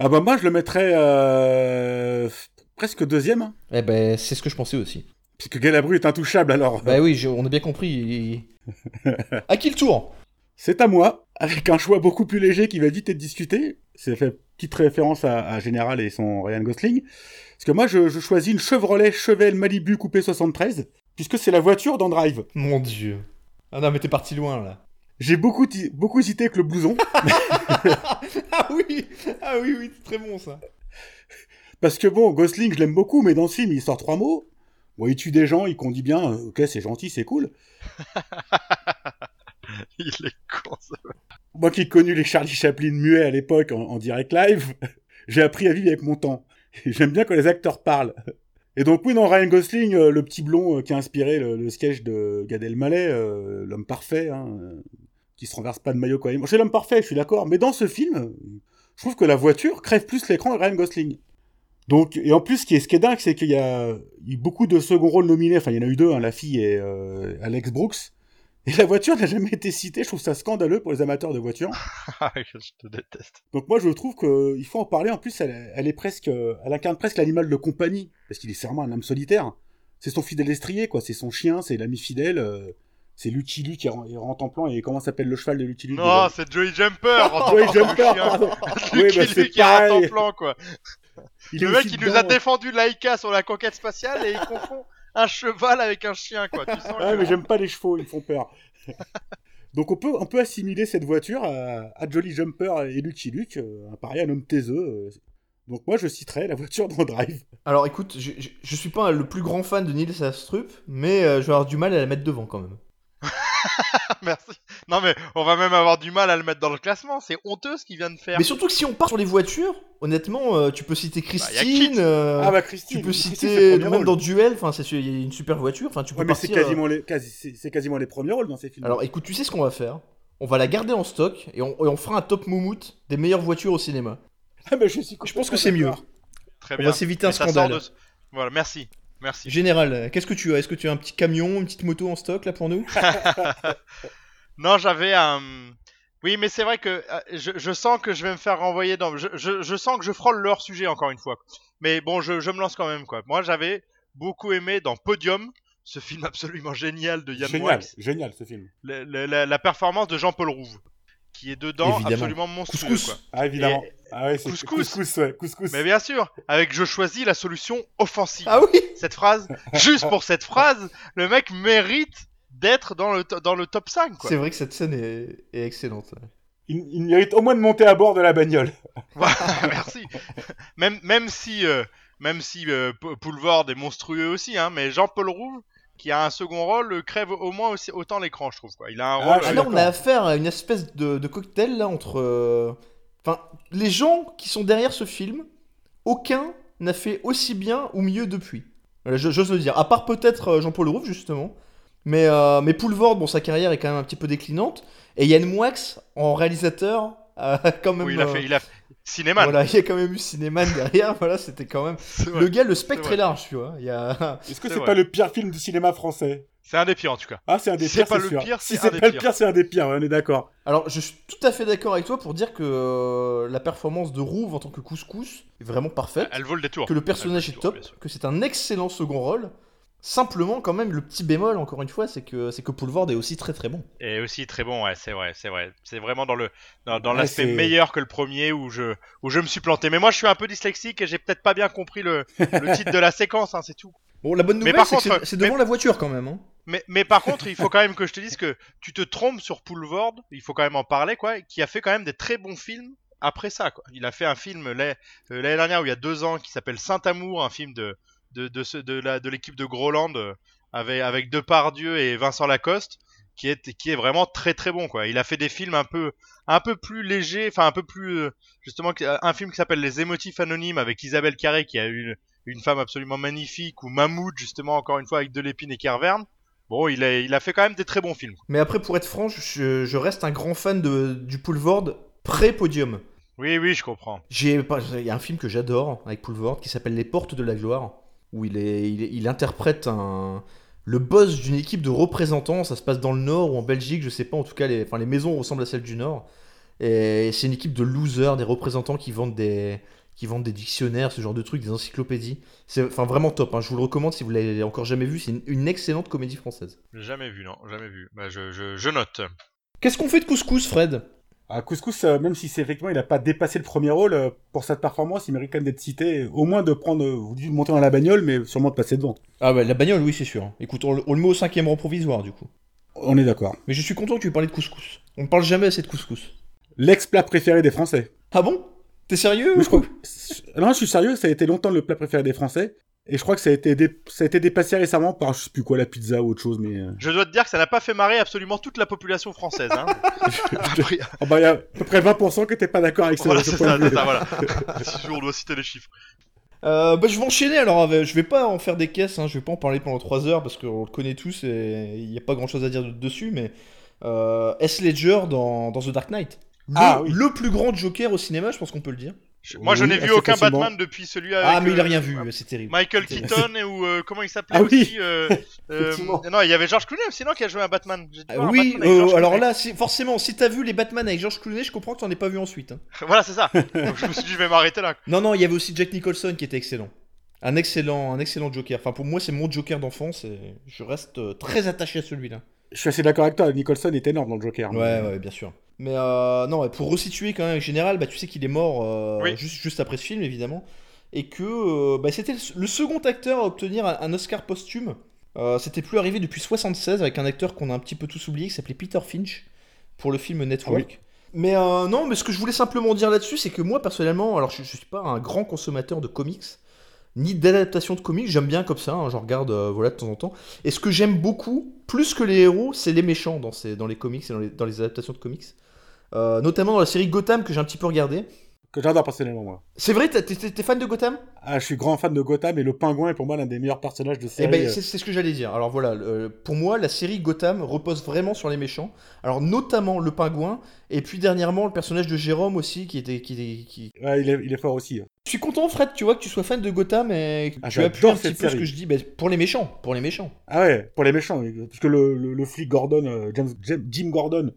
Speaker 3: Ah bah moi je le mettrais euh, presque deuxième, hein,
Speaker 1: Eh ben, c'est ce que je pensais aussi.
Speaker 3: puisque Galabru est intouchable alors.
Speaker 1: Bah oui, je- on a bien compris. il- [LAUGHS] à qui le tour
Speaker 3: C'est à moi, avec un choix beaucoup plus léger qui va vite être discuté. C'est fait petite référence à, à Général et son Ryan Gosling. Parce que moi, je, je choisis une Chevrolet Chevelle Malibu coupé 73, puisque c'est la voiture dans Drive.
Speaker 1: Mon dieu. Ah non, mais t'es parti loin là. [LAUGHS]
Speaker 3: J'ai beaucoup, ti- beaucoup hésité avec le blouson, [LAUGHS]
Speaker 1: Ah oui Ah oui, oui, c'est très bon ça.
Speaker 3: parce que bon, Gosling, je l'aime beaucoup, mais dans ce film, il sort trois mots. Bon, il tue des gens, il conduit bien, euh, ok, c'est gentil, c'est cool.
Speaker 2: Il est con, ça.
Speaker 3: Moi qui ai connu les Charlie Chaplin muets à l'époque en, en direct live, [LAUGHS] j'ai appris à vivre avec mon temps. Et J'aime bien quand les acteurs parlent. Et donc oui, non, Ryan Gosling, euh, le petit blond euh, qui a inspiré le, le sketch de Gad Elmaleh, euh, l'homme parfait, hein, euh, qui se renverse pas de maillot quand même. C'est l'homme parfait, je suis d'accord, mais dans ce film, euh, je trouve que la voiture crève plus l'écran que Ryan Gosling. Donc, et en plus, ce qui est, ce qui est dingue, c'est qu'il y a il y a eu beaucoup de second rôles nominés. Enfin, il y en a eu deux, hein, la fille et euh, Alex Brooks. Et la voiture n'a jamais été citée. Je trouve ça scandaleux pour les amateurs de voitures.
Speaker 2: Ah, je te déteste.
Speaker 3: Donc moi je trouve que il faut en parler. En plus, elle, elle est presque, euh, elle incarne presque l'animal de compagnie parce qu'il est vraiment un homme solitaire. C'est son fidèle estrier quoi. C'est son chien, c'est l'ami fidèle. euh, c'est Lucky Luke qui ren- il rentre en plan et comment s'appelle le cheval de Lucky Luke
Speaker 2: Non,
Speaker 3: déjà
Speaker 2: c'est Joey Jumper. en [LAUGHS] tant
Speaker 3: Oui,
Speaker 2: que
Speaker 3: Jumper,
Speaker 2: chien.
Speaker 3: pardon.
Speaker 2: Lui
Speaker 3: Oui,
Speaker 2: [LAUGHS] qui,
Speaker 3: bah,
Speaker 2: lui
Speaker 3: c'est
Speaker 2: qui rate en
Speaker 3: pareil.
Speaker 2: plan, quoi.
Speaker 3: Il est
Speaker 2: Le mec,
Speaker 3: aussi
Speaker 2: il nous
Speaker 3: dedans.
Speaker 2: a défendu l'Aïka sur la conquête spatiale et il confond un cheval avec un chien, quoi. Tu sens
Speaker 3: Ah
Speaker 2: que-
Speaker 3: mais j'aime pas les chevaux, ils me font peur. [LAUGHS] Donc on peut, on peut assimiler cette voiture à, à Jolly Jumper et Lucky Luke, euh, un pareil, un homme taiseux. euh. Donc moi je citerai la voiture dans Drive.
Speaker 1: Alors écoute, je, je, je suis pas le plus grand fan de Nils Astrup, mais euh, je vais avoir du mal à la mettre devant quand même.
Speaker 2: [LAUGHS] Merci. Non mais on va même avoir du mal à le mettre dans le classement. C'est honteux ce qu'il vient de faire.
Speaker 1: Mais surtout que si on part sur les voitures, honnêtement, euh, tu peux citer
Speaker 3: Bah,
Speaker 1: Christine,
Speaker 2: Kit.
Speaker 1: euh,
Speaker 3: ah bah Christine
Speaker 1: tu peux
Speaker 3: Christine, c'est
Speaker 1: citer euh,
Speaker 3: le
Speaker 1: même
Speaker 3: premier rôle.
Speaker 1: dans Duel, enfin c'est il y a une super voiture, enfin tu peux
Speaker 3: Ouais, mais c'est
Speaker 1: partir. euh,
Speaker 3: quasiment, les, quasi- c'est- c'est quasiment les premiers rôles dans ces films.
Speaker 1: Alors écoute, tu sais ce qu'on va faire On va la garder en stock et on, et on fera un top moumoute des meilleures voitures au cinéma.
Speaker 3: Ah bah, je, suis
Speaker 1: Je pense que c'est mieux.
Speaker 3: complètement d'accord.
Speaker 2: Très
Speaker 1: On
Speaker 2: Ah, bien.
Speaker 1: va s'éviter un
Speaker 2: Mais ça
Speaker 1: scandale.
Speaker 2: sort de- Voilà, merci. Merci.
Speaker 1: Général, euh, qu'est-ce que tu as Est-ce que tu as un petit camion, une petite moto en stock là pour nous
Speaker 2: Ah, Non, j'avais un. Oui, mais c'est vrai que euh, je, je sens que je vais me faire renvoyer dans. Je, je, je sens que je frôle leur sujet encore une fois. Mais bon, je, je me lance quand même, quoi. Moi, j'avais beaucoup aimé dans Podium, ce film [LAUGHS] absolument génial de Yann
Speaker 3: Génial,
Speaker 2: Moix,
Speaker 3: génial ce film.
Speaker 2: le- le- la, la performance de Jean-Paul Rouve, qui est dedans
Speaker 1: Évidemment.
Speaker 2: absolument monstrueux,
Speaker 1: Couscous.
Speaker 2: quoi.
Speaker 3: Ah évidemment. Ah ouais, c'est
Speaker 2: Couscous.
Speaker 3: Couscous, ouais, couscous.
Speaker 2: Mais bien sûr, avec Je choisis la solution offensive.
Speaker 1: Ah oui
Speaker 2: Cette phrase, juste pour cette phrase, le mec mérite d'être dans le, to- dans le top 5, quoi.
Speaker 1: C'est vrai que cette scène est, est excellente.
Speaker 3: Il, il mérite au moins de monter à bord de la bagnole.
Speaker 2: [LAUGHS] Voilà, merci. Même, même si, euh, même si euh, P- Poulvord est monstrueux aussi, hein, mais Jean-Paul Rouve, qui a un second rôle, euh, crève au moins aussi, autant l'écran, je trouve. Quoi. Il a un
Speaker 3: Ah,
Speaker 2: rôle.
Speaker 3: je
Speaker 2: euh,
Speaker 1: Ah
Speaker 3: suis
Speaker 1: là, on a
Speaker 3: d'accord.
Speaker 1: affaire à une espèce de, de cocktail là entre. euh, Enfin, les gens qui sont derrière ce film, aucun n'a fait aussi bien ou mieux depuis. Voilà, je- J'ose le dire. À part peut-être euh, Jean-Paul Rouve, justement. Mais, euh, mais Poulvord, bon, sa carrière est quand même un petit peu déclinante. Et Yann Moix, en réalisateur, a quand même.
Speaker 2: oui, il a
Speaker 1: euh, [LAUGHS]
Speaker 2: fait, il a fait- Cinéman.
Speaker 1: Voilà, il y a quand même eu Cinéman derrière. [LAUGHS] voilà, c'était quand même.
Speaker 2: C'est vrai.
Speaker 1: Le gars, le spectre
Speaker 2: vrai.
Speaker 1: est large, tu vois. Il y a.
Speaker 3: Est-ce que
Speaker 2: C'est
Speaker 3: c'est
Speaker 2: vrai.
Speaker 3: pas le pire film du cinéma français
Speaker 2: C'est un des pires en tout cas.
Speaker 3: Ah, c'est un des
Speaker 2: C'est
Speaker 3: pires,
Speaker 2: pas
Speaker 3: c'est
Speaker 2: le
Speaker 3: sûr.
Speaker 2: pire,
Speaker 3: si
Speaker 2: c'est
Speaker 3: c'est
Speaker 2: un des
Speaker 3: pas le
Speaker 2: pires.
Speaker 3: pire, c'est un des pires, ouais, on est d'accord.
Speaker 1: Alors, je suis tout à fait d'accord avec toi pour dire que euh, la performance de Rouve en tant que couscous est vraiment parfaite,
Speaker 2: Elle vaut le détour.
Speaker 1: que le personnage
Speaker 2: elle
Speaker 1: est
Speaker 2: vaut le
Speaker 1: top,
Speaker 2: détour, bien sûr.
Speaker 1: que c'est un excellent second rôle. Simplement, quand même, le petit bémol, encore une fois, c'est que, c'est que Poulvord est aussi très très bon.
Speaker 2: Et aussi très bon, ouais, c'est vrai, c'est vrai. C'est vraiment dans le dans, dans
Speaker 3: Ouais,
Speaker 2: l'aspect
Speaker 3: c'est-
Speaker 2: meilleur que le premier où je où je me suis planté. Mais moi, je suis un peu dyslexique et j'ai peut-être pas bien compris le, le titre de la séquence, hein, c'est tout.
Speaker 1: Bon, la bonne
Speaker 2: Mais
Speaker 1: nouvelle,
Speaker 2: par
Speaker 1: c'est que
Speaker 2: contre,
Speaker 1: c'est- c'est devant la voiture quand même. hein.
Speaker 2: Mais, mais par contre, il faut quand même que je te dise que tu te trompes sur Poulvord, il faut quand même en parler, quoi, qui a fait quand même des très bons films après ça, quoi. Il a fait un film l'année euh, l'année dernière, ou il y a deux ans, qui s'appelle Saint-Amour, un film de, de, de, ce- de, la- de l'équipe de Groland euh, avec, avec Depardieu et Vincent Lacoste, qui est, qui est vraiment très très bon, quoi. Il a fait des films un peu, un peu plus légers, enfin un peu plus, euh, justement, que- un film qui s'appelle Les Émotifs Anonymes avec Isabelle Carré, qui a une, une femme absolument magnifique, ou Mammouth, justement, encore une fois, avec Delépine et Kerverne. Bon, il a, il a fait quand même des très bons films.
Speaker 1: Mais après, pour être franc, je, je reste un grand fan de, du Poulvord pré-podium.
Speaker 2: Oui, oui, je comprends.
Speaker 1: J'ai pas- Il y a un film que j'adore avec Poulvord qui s'appelle Les Portes de la Gloire, où il, est, il, est- il interprète un, le boss d'une équipe de représentants. Ça se passe dans le Nord ou en Belgique, je sais pas. En tout cas, les, enfin, les maisons ressemblent à celles du Nord. Et c'est une équipe de losers, des représentants qui vendent des, qui vendent des dictionnaires, ce genre de trucs, des encyclopédies. C'est enfin, vraiment top. hein. Je vous le recommande si vous l'avez encore jamais vu. C'est une, une excellente comédie française.
Speaker 2: Jamais vu, non, jamais vu. Bah, je, je, je note.
Speaker 1: Qu'est-ce qu'on fait de couscous, Fred
Speaker 3: Ah, Couscous, euh, même si c'est effectivement il a pas dépassé le premier rôle, euh, pour cette performance, il mérite quand même d'être cité, au moins de prendre, euh, vous dites de monter dans la bagnole, mais sûrement de passer devant.
Speaker 1: Ah ouais, la bagnole, oui, c'est sûr. Écoute, on, le- on le met au cinquième rang provisoire, du coup.
Speaker 3: On est d'accord.
Speaker 1: Mais je suis content que tu aies parlé de couscous. On ne parle jamais assez de couscous.
Speaker 3: L'ex-plat préféré des Français.
Speaker 1: Ah bon T'es sérieux
Speaker 3: Mais je crois que- Non, je suis sérieux, ça a été longtemps le plat préféré des Français, et je crois que ça a été, dé- ça a été dépassé récemment par, je sais plus quoi, la pizza ou autre chose, mais... euh,
Speaker 2: Je dois te dire que ça n'a pas fait marrer absolument toute la population française. Hein. Après-
Speaker 3: Ah bah, il y a à peu près 20% qui n'étaient pas d'accord avec ce,
Speaker 2: voilà,
Speaker 3: ce
Speaker 2: c'est
Speaker 3: point
Speaker 2: ça,
Speaker 3: de vue.
Speaker 2: c'est ça,
Speaker 3: [LAUGHS]
Speaker 2: voilà. [LAUGHS] si je- on doit citer les chiffres.
Speaker 1: Euh, bah, je vais enchaîner alors, avec- je vais pas en faire des caisses, hein, je vais pas en parler pendant 3 heures parce qu'on le connaît tous et il n'y a pas grand chose à dire de- dessus, mais euh, S. Ledger dans, dans The Dark Knight. Le,
Speaker 3: Ah, oui.
Speaker 1: le plus grand Joker au cinéma, je pense qu'on peut le dire.
Speaker 2: Je- Moi, je
Speaker 3: Oui,
Speaker 2: n'ai vu
Speaker 3: assez
Speaker 2: aucun
Speaker 3: facilement.
Speaker 2: Batman depuis celui avec.
Speaker 1: Ah, mais il a
Speaker 2: euh,
Speaker 1: rien vu, c'est terrible.
Speaker 2: Michael
Speaker 1: C'est-
Speaker 2: Keaton et ou euh, comment il s'appelait
Speaker 3: Ah oui.
Speaker 2: aussi
Speaker 1: [LAUGHS]
Speaker 2: euh, euh,
Speaker 3: Effectivement.
Speaker 2: Non, il y avait George Clooney aussi, non, qui a joué un Batman. J'ai dû
Speaker 1: Euh,
Speaker 2: voir un
Speaker 1: oui,
Speaker 2: Batman avec
Speaker 1: euh,
Speaker 2: George
Speaker 1: alors
Speaker 2: Clooney.
Speaker 1: là, si- forcément, si t'as vu les Batman avec George Clooney, je comprends que t'en aies pas vu ensuite. hein.
Speaker 2: [LAUGHS] voilà,
Speaker 1: [LAUGHS]
Speaker 2: c'est ça. Donc, je me suis dit, je vais m'arrêter là.
Speaker 1: Non, non, il y avait aussi Jack Nicholson qui était excellent. Un excellent, un excellent Joker. Enfin, pour moi, c'est mon Joker d'enfance et je reste euh, très attaché à celui-là.
Speaker 3: Je suis assez d'accord avec toi, Nicholson est énorme dans le Joker.
Speaker 1: Ouais, ouais, bien sûr. Mais euh, non, ouais, pour resituer quand même, en général, bah, tu sais qu'il est mort euh,
Speaker 2: Oui.
Speaker 1: juste, juste après ce film, évidemment. Et que euh, bah, c'était le, le second acteur à obtenir un, un Oscar posthume Euh, C'était plus arrivé depuis 76 avec un acteur qu'on a un petit peu tous oublié qui s'appelait Peter Finch pour le film Network. Mais euh, non, mais ce que je voulais simplement dire là-dessus, c'est que moi personnellement, alors je, je suis pas un grand consommateur de comics ni d'adaptation de comics, j'aime bien comme ça, hein, j'en regarde euh, voilà de temps en temps. Et ce que j'aime beaucoup, plus que les héros, c'est les méchants dans, ces, dans les comics et dans les, dans les adaptations de comics. Euh, notamment dans la série Gotham que j'ai un petit peu regardé.
Speaker 3: Que j'adore personnellement, moi.
Speaker 1: C'est vrai, t'es- t'es t'es fan de Gotham
Speaker 3: Ah, je suis grand fan de Gotham et le pingouin est pour moi l'un des meilleurs personnages de
Speaker 1: Eh
Speaker 3: série.
Speaker 1: ben,
Speaker 3: euh,
Speaker 1: c'est c'est ce que j'allais dire. Alors voilà, euh, pour moi, la série Gotham repose vraiment sur les méchants. Alors notamment le pingouin, et puis dernièrement le personnage de Jérôme aussi, qui était, qui, était- qui-
Speaker 3: ouais, il, est, il est fort aussi. hein.
Speaker 1: Je suis content, Fred, tu vois que tu sois fan de Gotham et que
Speaker 3: Ah,
Speaker 1: tu
Speaker 3: j'adore
Speaker 1: appuies un petit
Speaker 3: cette
Speaker 1: peu ce
Speaker 3: série.
Speaker 1: que je dis. Ben, pour les méchants, pour les méchants.
Speaker 3: Ah ouais, pour les méchants, oui, parce que le, le- le flic Gordon, euh, James- Jam- Jim Gordon,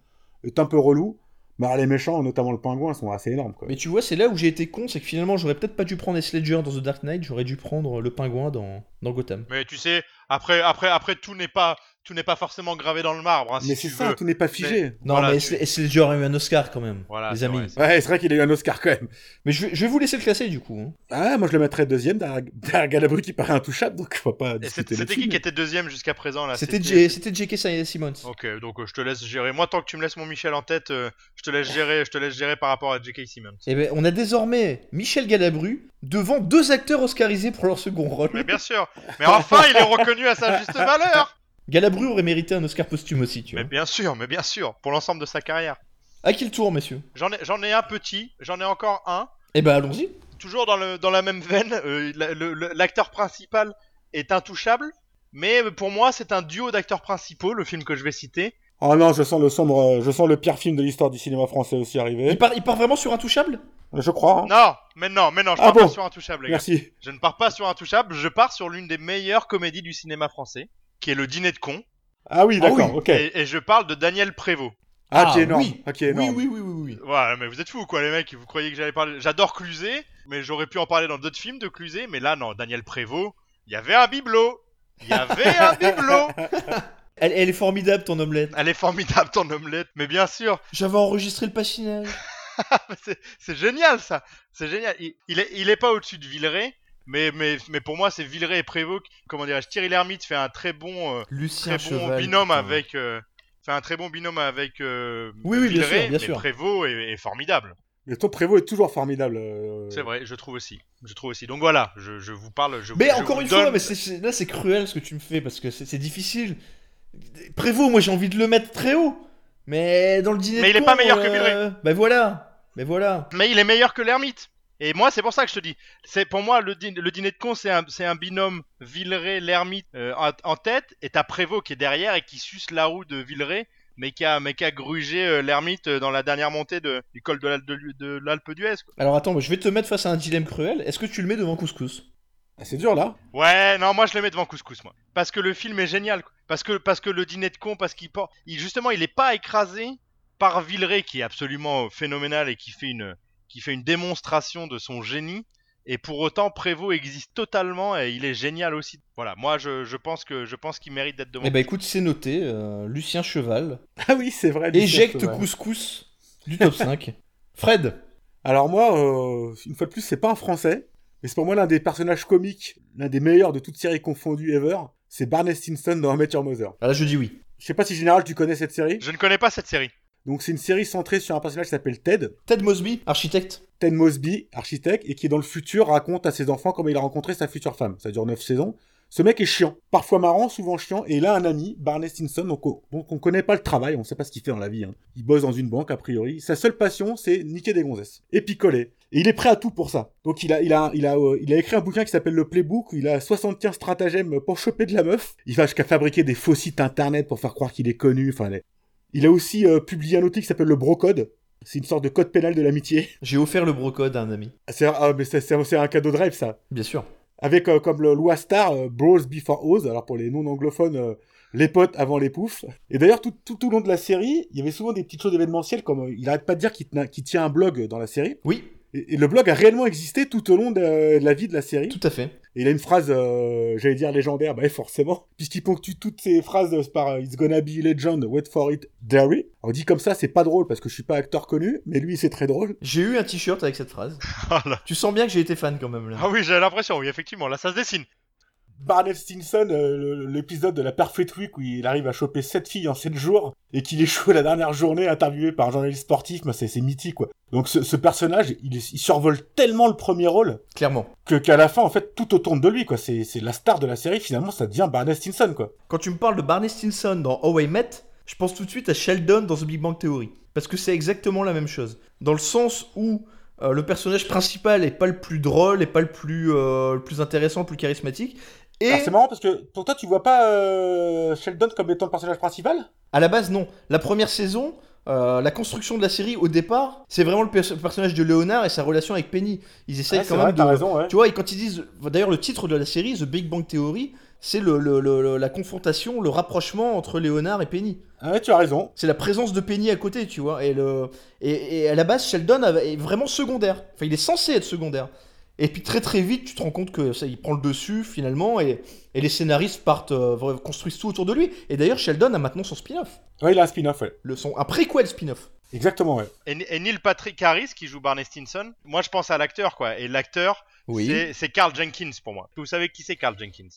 Speaker 3: est un peu relou. Mais alors, les méchants, notamment le pingouin, sont assez énormes. Quoi.
Speaker 1: Mais tu vois, c'est là où j'ai été con, c'est que finalement, j'aurais peut-être pas dû prendre les Ledger dans The Dark Knight, j'aurais dû prendre le pingouin dans, dans Gotham.
Speaker 2: Mais tu sais, après, après, après, tout n'est pas, tout n'est pas forcément gravé dans le marbre. hein, si
Speaker 3: Mais
Speaker 2: tu
Speaker 3: c'est ça,
Speaker 2: veux.
Speaker 3: tout n'est pas figé.
Speaker 1: Non,
Speaker 2: Voilà,
Speaker 1: mais
Speaker 2: tu-
Speaker 1: S. Ledger a eu un Oscar quand même,
Speaker 2: Voilà,
Speaker 1: les
Speaker 2: c'est
Speaker 1: amis.
Speaker 2: vrai, c'est-
Speaker 3: Ouais, c'est vrai qu'il a eu un Oscar quand même.
Speaker 1: mais je vais, je vais vous laisser le classer du coup. hein.
Speaker 3: Ah, moi je le mettrais deuxième, derrière, derrière Galabru qui paraît intouchable, donc je vois pas
Speaker 2: Et
Speaker 3: discuter
Speaker 2: c'est- C'était
Speaker 3: là-dessi,
Speaker 2: qui qui
Speaker 3: mais-
Speaker 2: était deuxième jusqu'à présent là
Speaker 1: C'était J- c'était J.K. Simmons.
Speaker 2: Ah, Ok, donc euh, je te laisse gérer. Moi, tant que tu me laisses mon Michel en tête, euh, je te laisse gérer. Je te laisse gérer par rapport à J.K. Simmons.
Speaker 1: Eh ben, on a désormais Michel Galabru devant deux acteurs oscarisés pour leur second
Speaker 2: Mais
Speaker 1: rôle.
Speaker 2: bien sûr. Mais enfin, il est reconnu à sa juste valeur.
Speaker 1: Galabru aurait mérité un Oscar posthume aussi, tu vois.
Speaker 2: Mais bien sûr, mais bien sûr, pour l'ensemble de sa carrière.
Speaker 1: À qui le tour, messieurs
Speaker 2: J'en ai, j'en ai un petit. J'en ai encore un.
Speaker 1: Eh ben, allons-y.
Speaker 2: Toujours dans le, dans la même veine. euh, la- le- le- l'acteur principal est intouchable. Mais euh, pour moi, c'est un duo d'acteurs principaux, le film que je vais citer.
Speaker 3: Oh non, je sens le sombre, euh, je sens le pire film de l'histoire du cinéma français aussi
Speaker 1: Il
Speaker 3: arriver.
Speaker 1: part, il part vraiment sur Intouchable
Speaker 3: Je crois. hein.
Speaker 2: Non, mais non, mais non, je
Speaker 3: Ah
Speaker 2: pars pas
Speaker 3: bon
Speaker 2: sur Intouchable, les gars.
Speaker 3: Merci.
Speaker 2: Je ne pars pas sur Intouchable, je pars sur l'une des meilleures comédies du cinéma français, qui est Le Dîner de cons.
Speaker 3: Ah oui,
Speaker 1: Ah
Speaker 3: d'accord,
Speaker 1: oui.
Speaker 3: ok.
Speaker 2: Et, et je parle de Daniel Prévost.
Speaker 3: Ah, qui est
Speaker 1: Ah,
Speaker 3: énorme.
Speaker 1: oui.
Speaker 3: Ah, qui est
Speaker 1: oui,
Speaker 3: énorme.
Speaker 1: oui, oui, oui, oui.
Speaker 2: Voilà, mais vous êtes fous quoi, les mecs, vous croyez que j'allais parler. J'adore Cluzet, mais j'aurais pu en parler dans d'autres films de Cluzet, mais là, non, Daniel Prévost, il y avait un bibelot. Il y avait un bibelot.
Speaker 1: Elle, elle est formidable, ton omelette.
Speaker 2: Elle est formidable, ton omelette. Mais bien sûr,
Speaker 1: J'avais enregistré le passinage.
Speaker 2: c'est- c'est génial ça. C'est génial. Il, il est, il est pas au-dessus de Villeray. Mais, mais, mais pour moi, c'est Villeray et Prévost. qui- Comment dirais-je Thierry Lhermitte fait un très bon, euh,
Speaker 1: Lucien
Speaker 2: très bon
Speaker 1: Cheval.
Speaker 2: binôme
Speaker 1: putain.
Speaker 2: avec. euh, fait un très bon binôme avec. euh,
Speaker 1: Oui, oui, bien
Speaker 2: Villeray,
Speaker 1: sûr, bien
Speaker 2: mais
Speaker 1: sûr.
Speaker 2: Prévost est, est formidable.
Speaker 3: Mais ton prévôt est toujours formidable. euh.
Speaker 2: C'est vrai, je trouve aussi. Je trouve aussi. Donc voilà, je, je vous parle. Je,
Speaker 1: Mais
Speaker 2: je
Speaker 1: encore
Speaker 2: vous
Speaker 1: une
Speaker 2: donne-
Speaker 1: fois, mais c'est- c'est- là, c'est cruel ce que tu me fais parce que c'est c'est difficile. Prévost, moi, j'ai envie de le mettre très haut. Mais dans le dîner.
Speaker 2: Mais
Speaker 1: de
Speaker 2: il est pas
Speaker 1: cons,
Speaker 2: meilleur que
Speaker 1: euh, Ben voilà. Ben voilà.
Speaker 2: Mais il est meilleur que l'ermite. Et moi, c'est pour ça que je te dis. C'est pour moi le, dî- le dîner de con, c'est un, c'est un binôme Villeray l'ermite euh, en, en tête, et t'as Prévost qui est derrière et qui suce la roue de Villeray, mais qui a mais qui a grugé euh, l'ermite euh, dans la dernière montée de, du col de l'Al- de l'U- de l'Alpe d'Huez. quoi.
Speaker 1: Alors attends, mais je vais te mettre face à un dilemme cruel. Est-ce que tu le mets devant Couscous
Speaker 3: Ah, C'est dur là. [LAUGHS]
Speaker 2: Ouais, non, moi je le mets devant Couscous, moi. Parce que le film est génial. quoi. Parce que parce que le dîner de con, parce qu'il porte, il, justement, il est pas écrasé par Villeray qui est absolument phénoménal et qui fait une qui fait une démonstration de son génie. Et pour autant, Prévost existe totalement et il est génial aussi. Voilà, moi je, je pense que je pense qu'il mérite d'être devant.
Speaker 1: Eh ben écoute, c'est noté. euh, Lucien Cheval
Speaker 3: Ah oui, c'est vrai. Lucien
Speaker 1: éjecte
Speaker 3: Cheval.
Speaker 1: Couscous du
Speaker 3: [LAUGHS]
Speaker 1: top 5. Fred
Speaker 3: Alors moi, euh, une fois de plus, c'est pas un français, mais c'est pour moi l'un des personnages comiques, l'un des meilleurs de toute série confondue ever. C'est Barney Stinson dans Met Your Mother.
Speaker 1: Ah là, je dis oui.
Speaker 3: Je sais pas si général tu connais cette série.
Speaker 2: Je ne connais pas cette série. [LAUGHS]
Speaker 3: Donc c'est une série centrée sur un personnage qui s'appelle Ted.
Speaker 1: Ted Mosby, architecte.
Speaker 3: Ted Mosby, architecte, et qui dans le futur raconte à ses enfants comment il a rencontré sa future femme. Ça dure 9 saisons. Ce mec est chiant, parfois marrant, souvent chiant, et il a un ami, Barney Stinson, donc, on- donc on connaît pas le travail, on sait pas ce qu'il fait dans la vie. hein. Il bosse dans une banque a priori. Sa seule passion, c'est niquer des gonzesses et picoler. Et il est prêt à tout pour ça. Donc il a, il a, il a, euh, il a écrit un bouquin qui s'appelle Le Playbook. Où il a 75 stratagèmes pour choper de la meuf. Il va jusqu'à fabriquer des faux sites internet pour faire croire qu'il est connu. Enfin, les- il a aussi euh, publié un outil qui s'appelle le Brocode. C'est une sorte de code pénal de l'amitié.
Speaker 1: J'ai offert le brocode à un ami.
Speaker 3: C'est ah, mais c'est- c'est- c'est un cadeau de rêve, ça.
Speaker 1: Bien sûr.
Speaker 3: Avec euh, comme le loi star, euh, Bros Before Hoes, alors pour les non-anglophones, euh, les potes avant les poufs. Et d'ailleurs, tout, tout, tout au long de la série, il y avait souvent des petites choses événementielles, comme euh, il arrête pas de dire qu'il tena- qu'il tient un blog euh, dans la série.
Speaker 1: Oui,
Speaker 3: Et, et le blog a réellement existé tout au long de, euh, de la vie de la série.
Speaker 1: tout à fait.
Speaker 3: Et il a une phrase, euh, j'allais dire légendaire, bah ouais, forcément, puisqu'il ponctue toutes ses phrases euh, par euh, It's gonna be legend, wait for it, dairy. On dit comme ça, c'est pas drôle parce que je suis pas acteur connu, mais lui, c'est très drôle.
Speaker 1: J'ai eu un t-shirt avec cette phrase.
Speaker 2: Ah là.
Speaker 1: Tu sens bien que j'ai été fan quand même là.
Speaker 2: Ah oui, j'ai l'impression. Oui, effectivement, là ça se dessine.
Speaker 3: Barney Stinson, euh, le- l'épisode de la Perfect Week où il arrive à choper sept filles en 7 jours et qu'il échoue la dernière journée interviewé par un journaliste sportif, bah, c'est c'est mythique quoi. Donc ce, ce personnage, il, est- il survole tellement le premier rôle
Speaker 1: Clairement.
Speaker 3: que qu'à la fin en fait tout autour de lui quoi. C'est c'est la star de la série finalement, ça devient Barney Stinson quoi.
Speaker 1: Quand tu me parles de Barney Stinson dans How I Met, je pense tout de suite à Sheldon dans The Big Bang Theory. Parce que c'est exactement la même chose. Dans le sens où euh, le personnage principal est pas le plus drôle, est pas le plus, euh, le plus intéressant, le plus charismatique. Et
Speaker 3: Alors, Ah, C'est marrant parce que pour toi tu vois pas euh, Sheldon comme étant le personnage principal
Speaker 1: à la base, non. La première saison, euh, la construction de la série au départ, c'est vraiment le, perso- personnage de Léonard et sa relation avec Penny. Ils essayent
Speaker 3: Ouais, Ah, c'est
Speaker 1: quand
Speaker 3: vrai,
Speaker 1: même de,
Speaker 3: t'as raison ouais.
Speaker 1: Tu vois, et quand ils disent. D'ailleurs, le titre de la série, The Big Bang Theory, c'est le, le- le- le- la confrontation, le rapprochement entre Léonard et Penny.
Speaker 3: Ah Ouais, tu as raison.
Speaker 1: C'est la présence de Penny à côté, tu vois. Et, le, et, et à la base, Sheldon avait- est vraiment secondaire. Enfin, il est censé être secondaire. Et puis très très vite, tu te rends compte que ça, il prend le dessus finalement, et, et les scénaristes partent euh, vra- construisent tout autour de lui. Et d'ailleurs, Sheldon a maintenant son spin-off,
Speaker 3: Ouais, il a un spin-off ouais.
Speaker 1: le son un préquel spin-off.
Speaker 3: Exactement ouais.
Speaker 2: Et, et Neil Patrick Harris qui joue Barney Stinson, moi je pense à l'acteur quoi. Et l'acteur, c'est- c'est Carl Jenkins pour moi. Vous savez qui c'est Carl Jenkins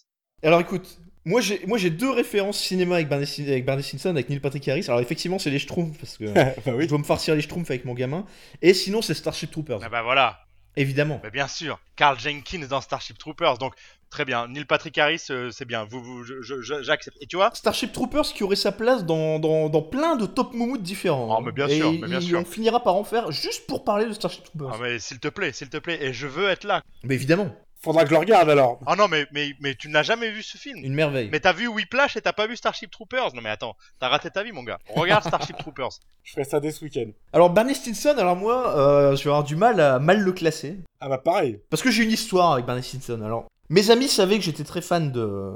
Speaker 1: Alors écoute, moi j'ai moi j'ai deux références cinéma avec Barney, Sin- avec Barney Stinson, avec Neil Patrick Harris. Alors effectivement, c'est les Schtroumpfs parce que
Speaker 3: [LAUGHS] bah oui.
Speaker 1: je dois me farcir les Schtroumpfs avec mon gamin. Et sinon, c'est Starship Troopers,
Speaker 2: Ah bah voilà,
Speaker 1: évidemment.
Speaker 2: Mais bien sûr, Carl Jenkins dans Starship Troopers, donc très bien. Neil Patrick Harris, euh, c'est bien. Vous, vous- je- je- je- j'accepte. Et tu vois,
Speaker 1: Starship Troopers qui aurait sa place dans, dans, dans plein de top moumoutes différents.
Speaker 2: Ah, mais bien
Speaker 1: Et
Speaker 2: sûr, mais bien
Speaker 1: il-
Speaker 2: sûr.
Speaker 1: on finira par en faire juste pour parler de Starship Troopers.
Speaker 2: ah, mais s'il te plaît, s'il te plaît, et je veux être là.
Speaker 1: Mais évidemment,
Speaker 3: Faudra que je le regarde alors.
Speaker 2: Ah non, mais mais mais tu n'as jamais vu ce film.
Speaker 1: une merveille.
Speaker 2: Mais t'as vu Whiplash et t'as pas vu Starship Troopers. Non mais attends, t'as raté ta vie mon gars. Regarde Starship Troopers.
Speaker 1: [LAUGHS]
Speaker 3: Je ferai ça dès ce week-end.
Speaker 1: Alors Barney Stinson, alors moi, euh, je vais avoir du mal à mal le classer.
Speaker 3: Ah bah pareil.
Speaker 1: Parce que j'ai une histoire avec Barney Stinson. Alors, mes amis savaient que j'étais très fan de,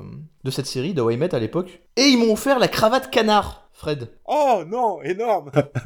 Speaker 1: de cette série, de How I Met à l'époque. Et ils m'ont offert la cravate canard, Fred.
Speaker 3: Oh non, énorme [LAUGHS]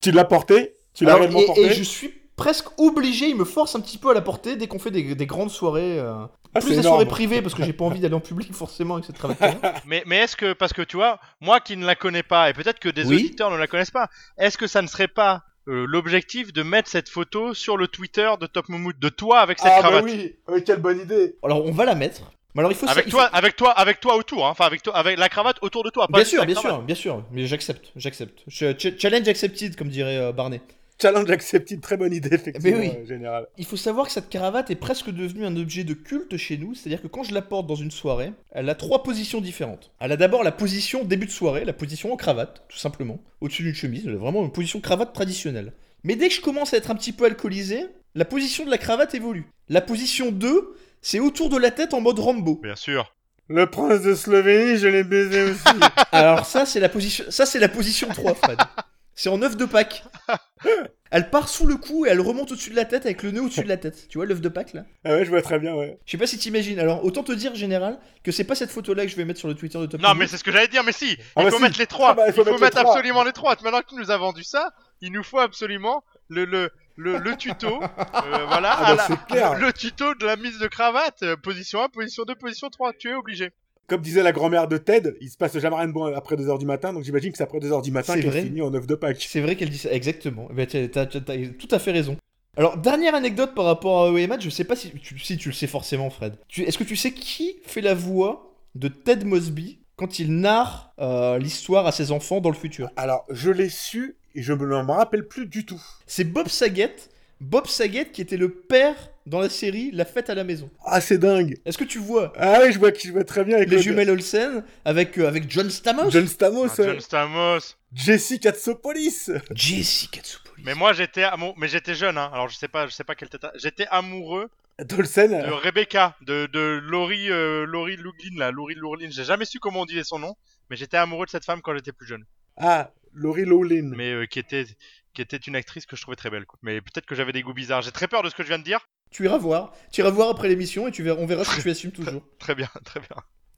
Speaker 3: Tu l'as porté Tu l'as
Speaker 1: Alors,
Speaker 3: réellement
Speaker 1: Ah et,
Speaker 3: porté
Speaker 1: et je suis presque obligé, ils me forcent un petit peu à la porter dès qu'on fait des, des grandes soirées. euh,
Speaker 3: Ah,
Speaker 1: plus
Speaker 3: c'est
Speaker 1: des
Speaker 3: énorme.
Speaker 1: soirées privées, parce que j'ai pas
Speaker 3: [LAUGHS]
Speaker 1: envie d'aller en public forcément avec cette cravate canard.
Speaker 2: Mais mais est-ce que parce que tu vois, moi qui ne la connais pas et peut-être que des
Speaker 1: Oui.
Speaker 2: auditeurs ne la connaissent pas, est-ce que ça ne serait pas euh, l'objectif de mettre cette photo sur le Twitter de Top Moumout de toi avec cette
Speaker 3: Ah bah
Speaker 2: cravate
Speaker 3: oui, oui, quelle bonne idée
Speaker 1: Alors, on va la mettre. Mais alors, il faut...
Speaker 2: Avec
Speaker 1: il
Speaker 2: toi,
Speaker 1: faut-
Speaker 2: avec toi, avec toi autour, hein. enfin avec toi, avec la cravate autour de toi. pas
Speaker 1: Bien
Speaker 2: juste
Speaker 1: sûr,
Speaker 2: la
Speaker 1: bien
Speaker 2: cravate.
Speaker 1: sûr, bien sûr. Mais j'accepte, j'accepte. Je- euh, ch- Challenge accepted, comme dirait euh, Barney.
Speaker 3: Challenge accepted, très bonne idée, effectivement,
Speaker 1: Mais Eh ben oui.
Speaker 3: euh, général.
Speaker 1: Il faut savoir que cette caravate est presque devenue un objet de culte chez nous, c'est-à-dire que quand je la porte dans une soirée, elle a trois positions différentes. Elle a d'abord la position début de soirée, la position en cravate, tout simplement, au-dessus d'une chemise, elle a vraiment une position cravate traditionnelle. Mais dès que je commence à être un petit peu alcoolisé, la position de la cravate évolue. La position 2, c'est autour de la tête en mode Rambo.
Speaker 2: Bien sûr.
Speaker 3: Le prince de Slovénie, je l'ai baisé
Speaker 1: [LAUGHS]
Speaker 3: aussi
Speaker 1: Alors ça, c'est la position, ça c'est la position 3, Fred. C'est en œuf de Pâques. Elle part sous le cou et elle remonte au-dessus de la tête avec le nœud au-dessus de la tête. Tu vois l'œuf de Pâques là
Speaker 3: Ah ouais, je vois très bien, ouais.
Speaker 1: Je sais pas si t'imagines. Alors, autant te dire, général, que c'est pas cette photo-là que je vais mettre sur le Twitter de Top
Speaker 2: Non,
Speaker 1: Moumoute.
Speaker 2: mais c'est ce que j'allais dire, mais si,
Speaker 3: Ah
Speaker 2: il
Speaker 3: bah
Speaker 2: faut
Speaker 3: si.
Speaker 2: mettre les trois,
Speaker 3: Ah bah,
Speaker 2: il faut mettre,
Speaker 3: les trois.
Speaker 2: absolument les trois. Maintenant qu'il nous a vendu ça, il nous faut absolument le, le, le, le
Speaker 3: [LAUGHS]
Speaker 2: tuto, euh, voilà,
Speaker 3: Ah bah,
Speaker 2: à la-
Speaker 3: c'est clair.
Speaker 2: le tuto de la mise de cravate, euh, position 1, position 2, position 3, tu es obligé.
Speaker 3: Comme disait la grand-mère de Ted, il se passe jamais rien de bon après 2h du matin, donc j'imagine que c'est après 2h du matin
Speaker 1: C'est
Speaker 3: qu'il
Speaker 1: vrai.
Speaker 3: finit en œuf de Pâques.
Speaker 1: C'est vrai qu'elle dit ça. Exactement. Bah, t'as, t'as- t'as- t'as tout à fait raison. Alors, dernière anecdote par rapport à EMH, je sais pas si tu, si tu le sais forcément, Fred. Tu- est-ce que tu sais qui fait la voix de Ted Mosby quand il narre euh, l'histoire à ses enfants dans le futur
Speaker 3: Alors, je l'ai su, et je me m'en rappelle plus du tout.
Speaker 1: C'est Bob Saget. Bob Saget qui était le père dans la série La fête à la maison.
Speaker 3: Ah, c'est dingue
Speaker 1: Est-ce que tu vois
Speaker 3: Ah ouais, je vois qui je vois très bien avec
Speaker 1: les
Speaker 3: le-
Speaker 1: jumelles Olsen avec, euh, avec John Stamos
Speaker 3: John Stamos,
Speaker 2: Ah,
Speaker 3: ouais.
Speaker 2: John Stamos.
Speaker 3: Jesse Katsopolis
Speaker 1: Jesse Katsopoulos.
Speaker 2: Mais moi j'étais, amo- mais j'étais jeune, hein. alors je sais pas, je sais pas quelle tête, a- j'étais amoureux
Speaker 3: Dolsen
Speaker 1: Ah
Speaker 2: de Rebecca, de, de Laurie, euh, Laurie Luglin, là, Laurie Lourlin, j'ai jamais su comment on disait son nom, mais j'étais amoureux de cette femme quand j'étais plus jeune.
Speaker 3: Ah, Laurie Lowlin.
Speaker 1: Mm.
Speaker 2: mais euh, qui était qui était une actrice que je trouvais très belle. quoi. Mais peut-être que j'avais des goûts bizarres. J'ai très peur de ce que je viens de dire.
Speaker 1: Tu iras voir. Tu iras voir après l'émission et tu verras, on verra si tu assumes toujours.
Speaker 2: Très bien, [LAUGHS] très bien.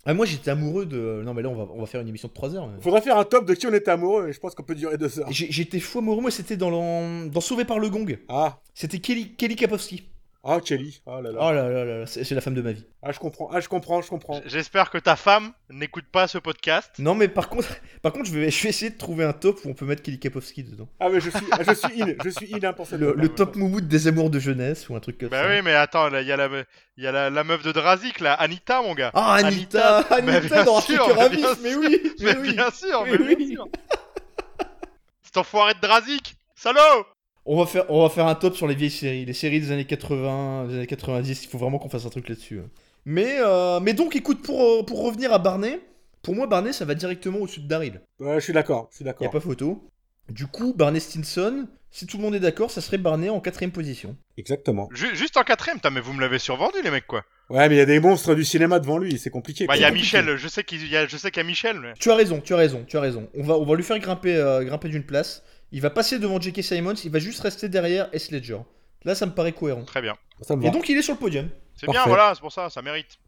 Speaker 1: Ah, moi j'étais amoureux de. Non mais là on va, on va faire une émission de 3 heures. mais-
Speaker 3: Faudrait faire un top de qui on était amoureux, et je pense qu'on peut durer deux heures.
Speaker 1: J'ai- J'étais fou amoureux, moi c'était dans, l'en- dans Sauvé par le Gong.
Speaker 3: Ah,
Speaker 1: C'était Kelly, Kelly Kapowski.
Speaker 3: ah
Speaker 5: Ah, Kelly. Ah là là.
Speaker 1: Oh là là là, là, c'est c'est la femme de ma vie.
Speaker 5: Ah, je comprends. Ah, je comprends, je comprends.
Speaker 2: J- J'espère que ta femme n'écoute pas ce podcast.
Speaker 1: Non, mais par contre, [LAUGHS] par contre je, vais, je vais essayer de trouver un top où on peut mettre Kelly Kapowski dedans.
Speaker 5: Ah, mais je suis, ah, je suis in. Je suis in, hein, pour cette
Speaker 1: Le,
Speaker 5: blague.
Speaker 1: le top moumoute des amours de jeunesse ou un truc comme
Speaker 2: Bah
Speaker 1: ça.
Speaker 2: oui, mais attends, là, il y a, la, me- il y a la, la meuf de Drazik, là, Anita, mon gars.
Speaker 1: Ah, Anita
Speaker 2: Anita, mais
Speaker 1: Anita
Speaker 2: bien
Speaker 1: dans
Speaker 2: sûr,
Speaker 1: Arthur
Speaker 2: mais
Speaker 1: Ravis,
Speaker 2: bien
Speaker 1: mais
Speaker 2: sûr,
Speaker 1: oui
Speaker 2: Mais [LAUGHS]
Speaker 1: Mais oui
Speaker 2: bien sûr,
Speaker 1: mais
Speaker 2: mais bien
Speaker 1: oui.
Speaker 2: sûr. Cet enfoiré de Drazik Salaud
Speaker 1: On va, faire, on va faire un top sur les vieilles séries, les séries des années 80, des années 90, il faut vraiment qu'on fasse un truc là-dessus. hein. Mais, euh, mais donc, écoute, pour, euh, pour revenir à Barney, pour moi, Barney, ça va directement au-dessus de Daryl.
Speaker 5: Ouais, je suis d'accord. Je suis
Speaker 1: Y a
Speaker 5: d'accord.
Speaker 1: pas photo. Du coup, Barney Stinson, si tout le monde est d'accord, ça serait Barney en quatrième position.
Speaker 5: Exactement.
Speaker 2: Ju- Juste en quatrième, putain, mais vous me l'avez survendu, les mecs, quoi.
Speaker 5: Ouais, mais il y a des monstres du cinéma devant lui. C'est compliqué.
Speaker 2: Bah,
Speaker 5: quoi.
Speaker 2: il y a Michel, je sais qu'il y a, je sais qu'il y a Michel, mais...
Speaker 1: Tu as raison, tu as raison, tu as raison. On va, on va lui faire grimper, euh, grimper d'une place. Il va passer devant J.K. Simons, il va juste rester derrière S. Ledger. Là, ça me paraît cohérent.
Speaker 2: Très bien.
Speaker 5: Ça me va.
Speaker 1: Et donc, il est sur le podium.
Speaker 2: C'est
Speaker 5: Parfait.
Speaker 2: bien, voilà, c'est pour ça, ça mérite.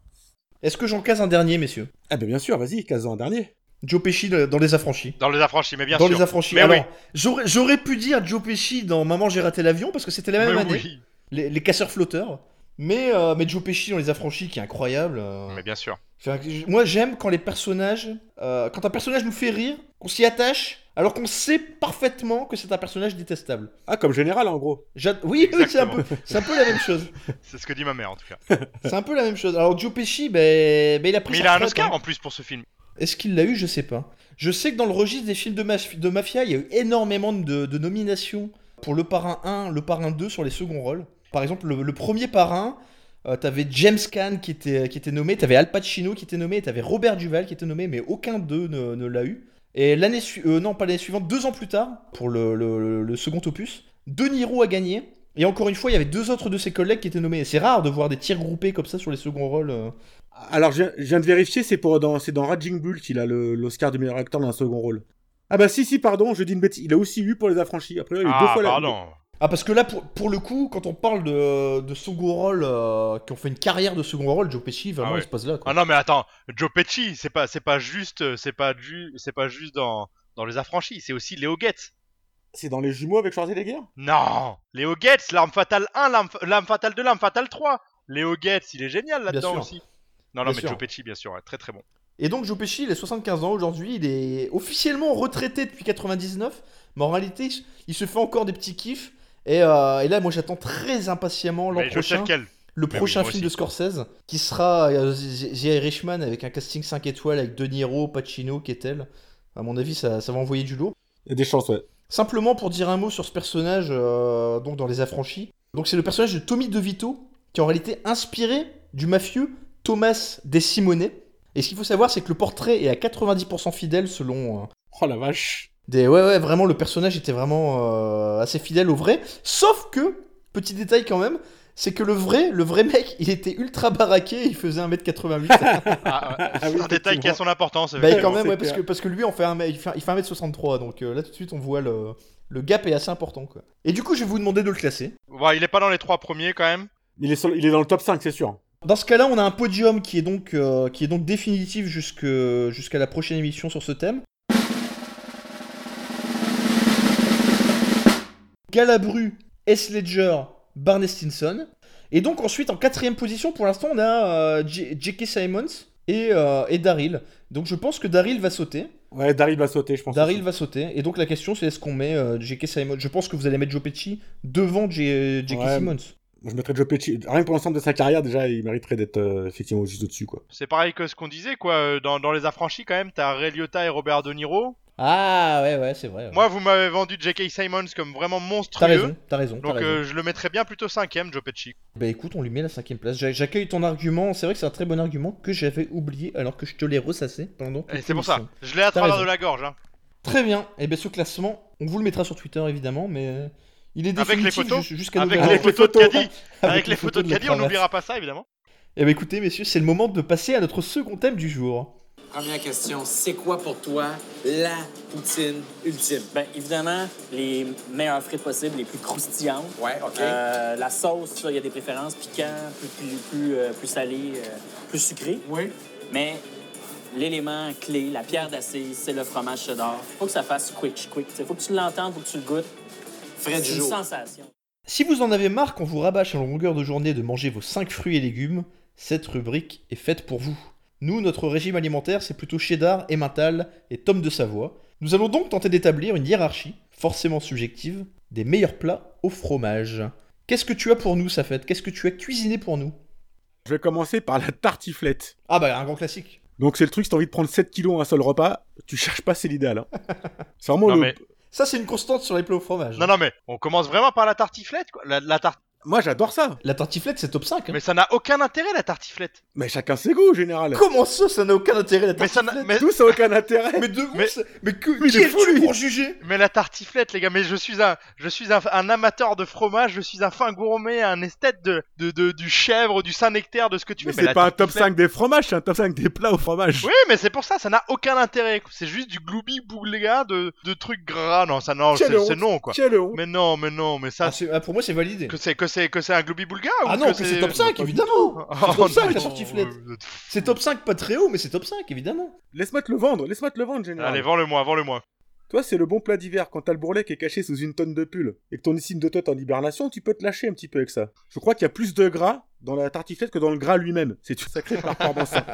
Speaker 1: Est-ce que j'en case un dernier, messieurs
Speaker 5: Ah, bah, bien sûr. Vas-y, case en dernier.
Speaker 1: Joe Pesci euh, dans Les Affranchis.
Speaker 2: Dans les affranchis, mais bien
Speaker 1: dans
Speaker 2: sûr.
Speaker 1: Les Affranchis.
Speaker 2: Mais
Speaker 1: Alors,
Speaker 2: oui.
Speaker 1: j'aurais, j'aurais pu dire Joe Pesci dans Maman, j'ai raté l'avion, parce que c'était la même
Speaker 2: mais
Speaker 1: année.
Speaker 2: oui,
Speaker 1: Les, les casseurs-flotteurs. Mais, euh, mais Joe Pesci dans Les Affranchis, qui est incroyable. euh,
Speaker 2: mais bien sûr.
Speaker 1: Enfin, j- Moi, j'aime quand les personnages. euh, quand un personnage nous fait rire, qu'on s'y attache, alors qu'on sait parfaitement que c'est un personnage détestable.
Speaker 5: Ah, comme général, en gros.
Speaker 1: J'a- Oui, [LAUGHS] oui, c'est un,
Speaker 2: Exactement.
Speaker 1: peu, c'est un peu la même chose.
Speaker 2: C'est ce que dit ma mère, en tout cas.
Speaker 1: C'est un peu la même chose. Alors, Joe Pesci, ben, ben, il a pris
Speaker 2: Mais
Speaker 1: sa
Speaker 2: il a un
Speaker 1: retraite,
Speaker 2: Oscar
Speaker 1: hein.
Speaker 2: en plus pour ce film.
Speaker 1: Est-ce qu'il l'a eu Je sais pas. Je sais que dans le registre des films de, maf- de mafia, il y a eu énormément de, de nominations pour le parrain 1, le parrain 2 sur les seconds rôles. Par exemple, le, le premier parrain, euh, t'avais James Caan qui était, qui était nommé, t'avais Al Pacino qui était nommé, et t'avais Robert Duval qui était nommé, mais aucun d'eux ne, ne l'a eu. Et l'année su- euh, non, pas l'année suivante, deux ans plus tard, pour le, le- le- le second opus, De Niro a gagné. Et encore une fois, il y avait deux autres de ses collègues qui étaient nommés. Et c'est rare de voir des tirs groupés comme ça sur les seconds rôles. euh.
Speaker 5: Alors, je viens, je viens de vérifier, c'est pour dans, c'est dans Raging Bull qu'il a le- l'Oscar du meilleur acteur dans un second rôle. Ah bah si, si, pardon, je dis une bêtise. Il a aussi eu pour les affranchis. Après, il a eu deux
Speaker 2: Ah,
Speaker 5: fois la-
Speaker 2: pardon.
Speaker 1: Ah parce que là pour, pour le coup quand on parle de, de second rôle euh, qui ont fait une carrière de second rôle Joe Pesci vraiment
Speaker 2: Ah ouais.
Speaker 1: il se passe là quoi.
Speaker 2: Ah non mais attends, Joe Pesci, c'est pas c'est pas juste euh, c'est pas ju- c'est pas juste dans dans les affranchis, c'est aussi Léo Goetz.
Speaker 5: C'est dans Les Jumeaux avec Schwarzenegger
Speaker 2: Non, Léo Goetz, l'arme fatale 1, l'arme, fa- l'arme fatale 2, l'arme fatale 3. Léo Goetz, il est génial là-dedans
Speaker 1: sûr.
Speaker 2: aussi. Non non
Speaker 1: Bien
Speaker 2: mais
Speaker 1: sûr.
Speaker 2: Joe Pesci bien sûr, ouais, très très bon.
Speaker 1: Et donc Joe Pesci il a 75 ans aujourd'hui il est officiellement retraité depuis 99 mais en réalité il se- il se fait encore des petits kiffs et, euh, et là moi j'attends très impatiemment l'an
Speaker 2: Mais je sais
Speaker 1: prochain
Speaker 2: lequel.
Speaker 1: le
Speaker 2: Mais oui,
Speaker 1: prochain
Speaker 2: moi
Speaker 1: film
Speaker 2: aussi.
Speaker 1: de Scorsese qui sera euh, The The Irishman avec un casting 5 étoiles avec De Niro, Pacino, Kettel. À mon avis ça- ça va envoyer du lot.
Speaker 5: Il y a des chances, ouais.
Speaker 1: Simplement pour dire un mot sur ce personnage, euh, donc dans Les Affranchis. Donc c'est le personnage de Tommy DeVito, qui est en réalité inspiré du mafieux Thomas Desimone. Et ce qu'il faut savoir, c'est que le portrait est à 90% fidèle selon. euh,
Speaker 5: Oh la vache.
Speaker 1: des... Ouais, ouais, vraiment, le personnage était vraiment euh, assez fidèle au vrai. Sauf que, petit détail quand même, c'est que le vrai, le vrai mec, [LAUGHS] il était ultra baraqué, il faisait 1m88.
Speaker 2: Ah, ouais,
Speaker 5: Ah oui,
Speaker 2: c'est un détail qui a
Speaker 5: effectivement.
Speaker 2: son importance.
Speaker 1: Bah,
Speaker 2: effectivement.
Speaker 1: quand même,
Speaker 5: c'est
Speaker 1: ouais, parce
Speaker 5: clair.
Speaker 1: que, parce que lui, on fait un, mec- il, fait, il fait 1m63, donc euh, là tout de suite, on voit le, le gap est assez important. Quoi. Et du coup, je vais vous demander de le classer.
Speaker 2: Ouais, il est pas dans les trois premiers quand même.
Speaker 5: Il est, sur- il est dans le top 5, c'est sûr.
Speaker 1: Dans ce cas-là, on a un podium qui est donc, euh, qui est donc définitif jusque- jusqu'à la prochaine émission sur ce thème. Galabru, S. Ledger, Barney Stinson. Et donc ensuite, en quatrième position, pour l'instant, on a euh, J- J.K. Simons et, euh, et Daryl. Donc je pense que Daryl va sauter.
Speaker 5: Ouais, Daryl va sauter, je pense.
Speaker 1: Daryl
Speaker 5: aussi.
Speaker 1: va sauter. Et donc la question c'est est-ce qu'on met euh, J.K. Simons Je pense que vous allez mettre Joe Pesci devant J- J.K.
Speaker 5: Ouais.
Speaker 1: Simons.
Speaker 5: Je mettrais Joe Pesci. Rien que pour l'ensemble de sa carrière, déjà, il mériterait d'être euh, effectivement juste au-dessus, quoi.
Speaker 2: C'est pareil que ce qu'on disait quoi. euh, Dans, dans les affranchis quand même, t'as Ray Liotta et Robert De Niro.
Speaker 1: Ah ouais ouais c'est vrai. ouais.
Speaker 2: Moi vous m'avez vendu J.K. Simons comme vraiment
Speaker 1: T'as
Speaker 2: monstrueux.
Speaker 1: raison, t'as raison. t'as
Speaker 2: Donc
Speaker 1: raison.
Speaker 2: euh, je le mettrais bien plutôt cinquième, Joe Pesci.
Speaker 1: Bah écoute, on lui met la cinquième place. J'a- J'accueille ton argument. C'est vrai que c'est un très bon argument que j'avais oublié alors que je te l'ai ressassé pendant. toute
Speaker 2: Et Eh, c'est pour ça.
Speaker 1: l'émission.
Speaker 2: Je l'ai à
Speaker 1: T'as
Speaker 2: travers
Speaker 1: raison.
Speaker 2: de la gorge. Hein.
Speaker 1: Très bien. Et bien ce classement, on vous le mettra sur Twitter évidemment, mais euh, il est
Speaker 2: Avec les
Speaker 1: définitif
Speaker 2: photos,
Speaker 1: jus- jusqu'à
Speaker 2: Avec,
Speaker 1: nouvel
Speaker 2: les
Speaker 1: ordre.
Speaker 2: photos
Speaker 1: [LAUGHS]
Speaker 2: de Caddy. Avec, les,
Speaker 1: photos
Speaker 2: photos de Caddy, on
Speaker 1: cravates.
Speaker 2: n'oubliera pas ça évidemment.
Speaker 1: Eh bien écoutez messieurs, c'est le moment de passer à notre second thème du jour.
Speaker 7: Première question, c'est quoi pour toi la poutine ultime?
Speaker 8: Bien, Ben, évidemment, les meilleures frites possibles, les plus croustillantes.
Speaker 7: Ouais, OK.
Speaker 8: Euh, la sauce, ça, il y a des préférences piquant, plus, plus, plus, euh, plus salé, euh, plus sucré.
Speaker 7: Oui.
Speaker 8: Mais l'élément clé, la pierre d'assise, c'est le fromage cheddar. Faut que ça fasse quick, quick. Il faut que tu l'entendes, faut que tu le goûtes.
Speaker 7: Frais du
Speaker 8: C'est une
Speaker 7: jour.
Speaker 8: sensation.
Speaker 1: Si vous en avez marre qu'on vous rabâche à longueur de journée de manger vos 5 fruits et légumes, cette rubrique est faite pour vous. Nous, notre régime alimentaire, c'est plutôt cheddar, emmental et tome de Savoie. Nous allons donc tenter d'établir une hiérarchie, forcément subjective, des meilleurs plats au fromage. Qu'est-ce que tu as pour nous, Safet Qu'est-ce que tu as cuisiné pour nous
Speaker 3: Je vais commencer par la tartiflette.
Speaker 1: Ah bah, un grand classique.
Speaker 3: Donc c'est le truc, si t'as envie de prendre 7 kilos en un seul repas, tu cherches pas, c'est
Speaker 5: [LAUGHS]
Speaker 3: l'idéal. hein. C'est vraiment
Speaker 2: Non,
Speaker 3: le...
Speaker 2: mais-
Speaker 1: Ça, c'est une constante sur les plats au fromage.
Speaker 2: Non, non, mais on commence vraiment par la tartiflette, quoi. La, la tarte...
Speaker 3: Moi j'adore ça,
Speaker 1: La tartiflette, c'est top 5. hein.
Speaker 2: Mais ça n'a aucun intérêt, la tartiflette.
Speaker 3: mais chacun ses goûts en général.
Speaker 1: Comment ça, ça n'a aucun intérêt, la
Speaker 2: Mais ça n'a-
Speaker 1: tartiflette
Speaker 2: mais-
Speaker 3: Tout ça aucun intérêt.
Speaker 1: Mais de ouf,
Speaker 2: Mais-
Speaker 1: ça- mais que,
Speaker 3: il
Speaker 1: qui
Speaker 3: est
Speaker 1: es-tu
Speaker 3: fou, lui.
Speaker 1: pour juger
Speaker 2: Mais la tartiflette, les gars, mais je suis un, je suis un, un amateur de fromage, je suis un fin gourmet, un esthète de, de, de- du chèvre, du Saint-Nectaire, de ce que [LAUGHS] tu
Speaker 3: Mais
Speaker 2: veux.
Speaker 3: c'est
Speaker 2: la
Speaker 3: pas un top
Speaker 2: tartiflette-
Speaker 3: 5 des fromages, c'est un top 5 des plats au fromage.
Speaker 2: Oui, mais c'est pour ça, ça n'a aucun intérêt. C'est juste du gloubi bougléga de, de trucs gras. Non, ça, non, c'est
Speaker 3: Quelle
Speaker 2: c'est
Speaker 3: honte.
Speaker 2: non, quoi.
Speaker 3: Quelle honte.
Speaker 2: Mais non, mais non, mais ça,
Speaker 1: Ah, c'est- ah, Pour moi, c'est validé.
Speaker 2: que c'est, que c'est, que c'est un gloubi boulga ou
Speaker 1: Ah non, que c'est top 5,
Speaker 3: pas du
Speaker 1: évidemment
Speaker 2: Oh,
Speaker 1: C'est top 5, la
Speaker 2: non.
Speaker 1: tartiflette C'est top 5, pas très haut, mais c'est top 5, évidemment.
Speaker 3: Laisse-moi te le vendre, laisse-moi te le vendre, général.
Speaker 2: Allez, vends-le-moi, vends-le-moi.
Speaker 3: Toi, c'est le bon plat d'hiver. Quand t'as le bourrelet qui est caché sous une tonne de pull et que ton estime de toi est en hibernation, tu peux te lâcher un petit peu avec ça. Je crois qu'il y a plus de gras dans la tartiflette que dans le gras lui-même. C'est une sacrée performance. ça.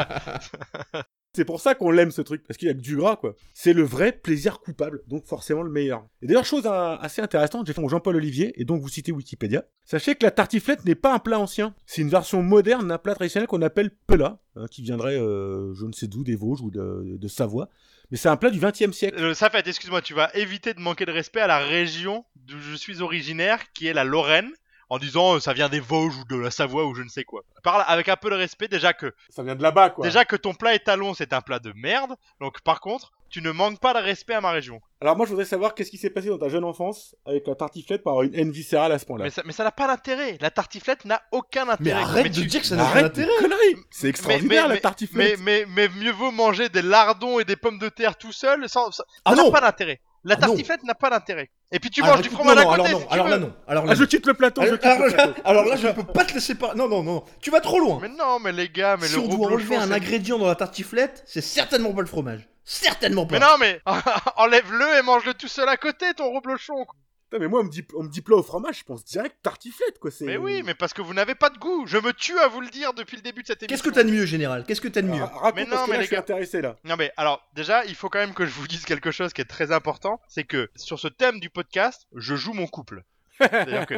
Speaker 3: C'est pour ça qu'on l'aime ce truc, parce qu'il y a que du gras quoi. C'est le vrai plaisir coupable, donc forcément le meilleur. Et d'ailleurs, chose euh, assez intéressante, j'ai fait mon Jean-Paul Olivier, et donc vous citez Wikipédia. Sachez que la tartiflette n'est pas un plat ancien, c'est une version moderne d'un plat traditionnel qu'on appelle pela, hein, qui viendrait euh, je ne sais d'où, des Vosges ou de, de Savoie. Mais c'est un plat du XXe siècle.
Speaker 2: Euh, ça fait, excuse-moi, tu vas éviter de manquer de respect à la région d'où je suis originaire, qui est la Lorraine, en disant euh, ça vient des Vosges ou de la Savoie ou je ne sais quoi. Parle avec un peu de respect, déjà que,
Speaker 5: Ça vient de là-bas, quoi.
Speaker 2: déjà que ton plat étalon c'est un plat de merde, donc par contre, tu ne manques pas de respect à ma région.
Speaker 3: Alors moi je voudrais savoir qu'est-ce qui s'est passé dans ta jeune enfance avec la tartiflette par une haine viscérale à ce point-là.
Speaker 2: Mais ça mais ça n'a pas d'intérêt, la tartiflette n'a aucun intérêt.
Speaker 1: Mais
Speaker 2: quoi.
Speaker 1: arrête de
Speaker 2: tu-
Speaker 1: dire que Ah, ça n'a pas
Speaker 3: Arrête
Speaker 1: d'intérêt
Speaker 3: tes conneries C'est
Speaker 2: mais-
Speaker 3: extraordinaire
Speaker 2: mais-
Speaker 3: la
Speaker 2: mais,
Speaker 3: tartiflette
Speaker 2: mais, mais mieux vaut manger des lardons et des pommes de terre tout seul, sans, ça
Speaker 1: Ah
Speaker 2: n'a
Speaker 1: non
Speaker 2: pas d'intérêt. La
Speaker 1: Ah non.
Speaker 2: tartiflette n'a pas d'intérêt. Et puis tu
Speaker 1: Alors,
Speaker 2: manges du
Speaker 1: écoute,
Speaker 2: fromage
Speaker 1: non,
Speaker 2: à
Speaker 1: non, alors
Speaker 2: côté si
Speaker 1: non,
Speaker 2: tu
Speaker 1: alors
Speaker 2: veux.
Speaker 1: là non, alors là
Speaker 3: Ah je
Speaker 1: non.
Speaker 3: quitte le plateau, je
Speaker 1: Alors,
Speaker 3: quitte le
Speaker 1: alors-
Speaker 3: plateau.
Speaker 1: alors là, je peux pas te laisser pas. Non, non, non, non. tu vas trop loin.
Speaker 2: Mais non, mais les gars, mais
Speaker 1: si
Speaker 2: le
Speaker 1: on doit
Speaker 2: reblochon,
Speaker 1: enlever un
Speaker 2: c'est-
Speaker 1: ingrédient dans la tartiflette, c'est certainement pas le fromage. Certainement pas.
Speaker 2: Mais non, mais [LAUGHS] enlève-le et mange-le tout seul à côté, ton reblochon. quoi.
Speaker 3: Putain, mais moi on me, dit, on me dit plat au fromage, je pense direct tartiflette quoi. c'est-
Speaker 2: Mais oui, mais parce que vous n'avez pas de goût. Je me tue à vous le dire depuis le début de cette émission.
Speaker 1: Qu'est-ce que t'as de mieux, général Qu'est-ce que t'as
Speaker 2: Ah.
Speaker 1: de mieux
Speaker 3: Ra- Ah, Raconte
Speaker 2: Mais non,
Speaker 3: parce que
Speaker 2: mais
Speaker 3: là
Speaker 2: les
Speaker 3: je suis
Speaker 2: gars.
Speaker 3: intéressé là.
Speaker 2: Non mais alors déjà il faut quand même que je vous dise quelque chose qui est très important, c'est que sur ce thème du podcast, je joue mon couple. C'est-à-dire
Speaker 1: [LAUGHS]
Speaker 2: que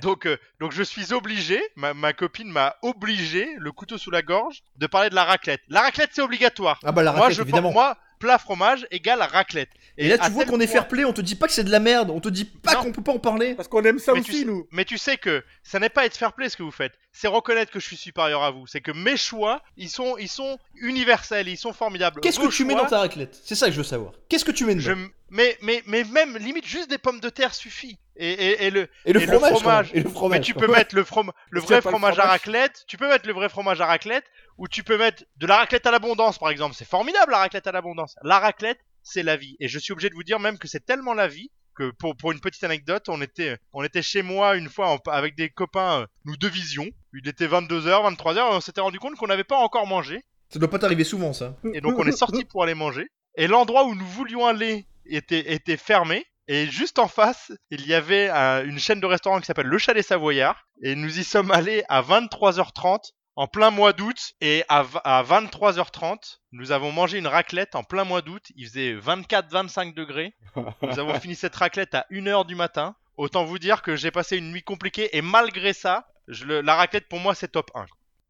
Speaker 2: donc euh, donc je suis obligé, ma, ma copine m'a obligé, le couteau sous la gorge, de parler de la raclette. La raclette c'est obligatoire.
Speaker 1: Ah bah la
Speaker 2: moi
Speaker 1: raclette,
Speaker 2: je
Speaker 1: évidemment.
Speaker 2: moi plat fromage égale raclette.
Speaker 1: Et là,
Speaker 2: à
Speaker 1: tu vois
Speaker 2: tel
Speaker 1: qu'on est
Speaker 2: point-
Speaker 1: fair play, on te dit pas que c'est de la merde, on te dit pas
Speaker 2: Non. Euh,
Speaker 1: qu'on peut pas en parler.
Speaker 3: Parce qu'on aime ça
Speaker 2: Mais tu
Speaker 3: aussi
Speaker 2: sais-
Speaker 3: nous.
Speaker 2: Mais tu sais que ça n'est pas être fair play ce que vous faites, c'est reconnaître que je suis supérieur à vous, c'est que mes choix, ils sont ils sont universels, ils sont formidables.
Speaker 1: Qu'est-ce
Speaker 2: Vos
Speaker 1: que tu mets
Speaker 2: choix,
Speaker 1: dans ta raclette C'est ça que je veux savoir. Qu'est-ce que tu mets
Speaker 2: Je
Speaker 1: dedans
Speaker 2: m- mais, mais, mais même limite juste des pommes de terre suffit. Et, et, et le,
Speaker 1: Et le
Speaker 2: et le
Speaker 1: fromage quand
Speaker 2: fromage.
Speaker 1: même. Et le fromage.
Speaker 2: mais tu
Speaker 1: quand
Speaker 2: peux
Speaker 1: même.
Speaker 2: mettre le, from... le
Speaker 3: Est-ce qu'il y a
Speaker 2: vrai
Speaker 3: pas le
Speaker 2: fromage, à
Speaker 3: fromage
Speaker 2: raclette, tu peux mettre le vrai fromage à raclette, ou tu peux mettre de la raclette à l'abondance par exemple. C'est formidable la raclette à l'abondance. La raclette, c'est la vie. Et je suis obligé de vous dire même que c'est tellement la vie que pour, pour une petite anecdote, on était, on était chez moi une fois en- avec des copains, euh, nous deux visions. Il était 22h, 23h, et on s'était rendu compte qu'on n'avait pas encore mangé.
Speaker 1: Ça doit pas t'arriver souvent, ça.
Speaker 2: Et donc on est sorti pour aller manger. Et l'endroit où nous voulions aller était, était fermé. Et juste en face, il y avait euh, une chaîne de restaurants qui s'appelle Le Chalet Savoyard. Et nous y sommes allés à 23h30 en plein mois d'août. Et à, v- à 23h30, nous avons mangé une raclette en plein mois d'août. Il faisait 24-25 degrés. Nous avons fini cette raclette à 1h du matin. Autant vous dire que j'ai passé une nuit compliquée. Et malgré ça, je le- la raclette pour moi c'est top 1.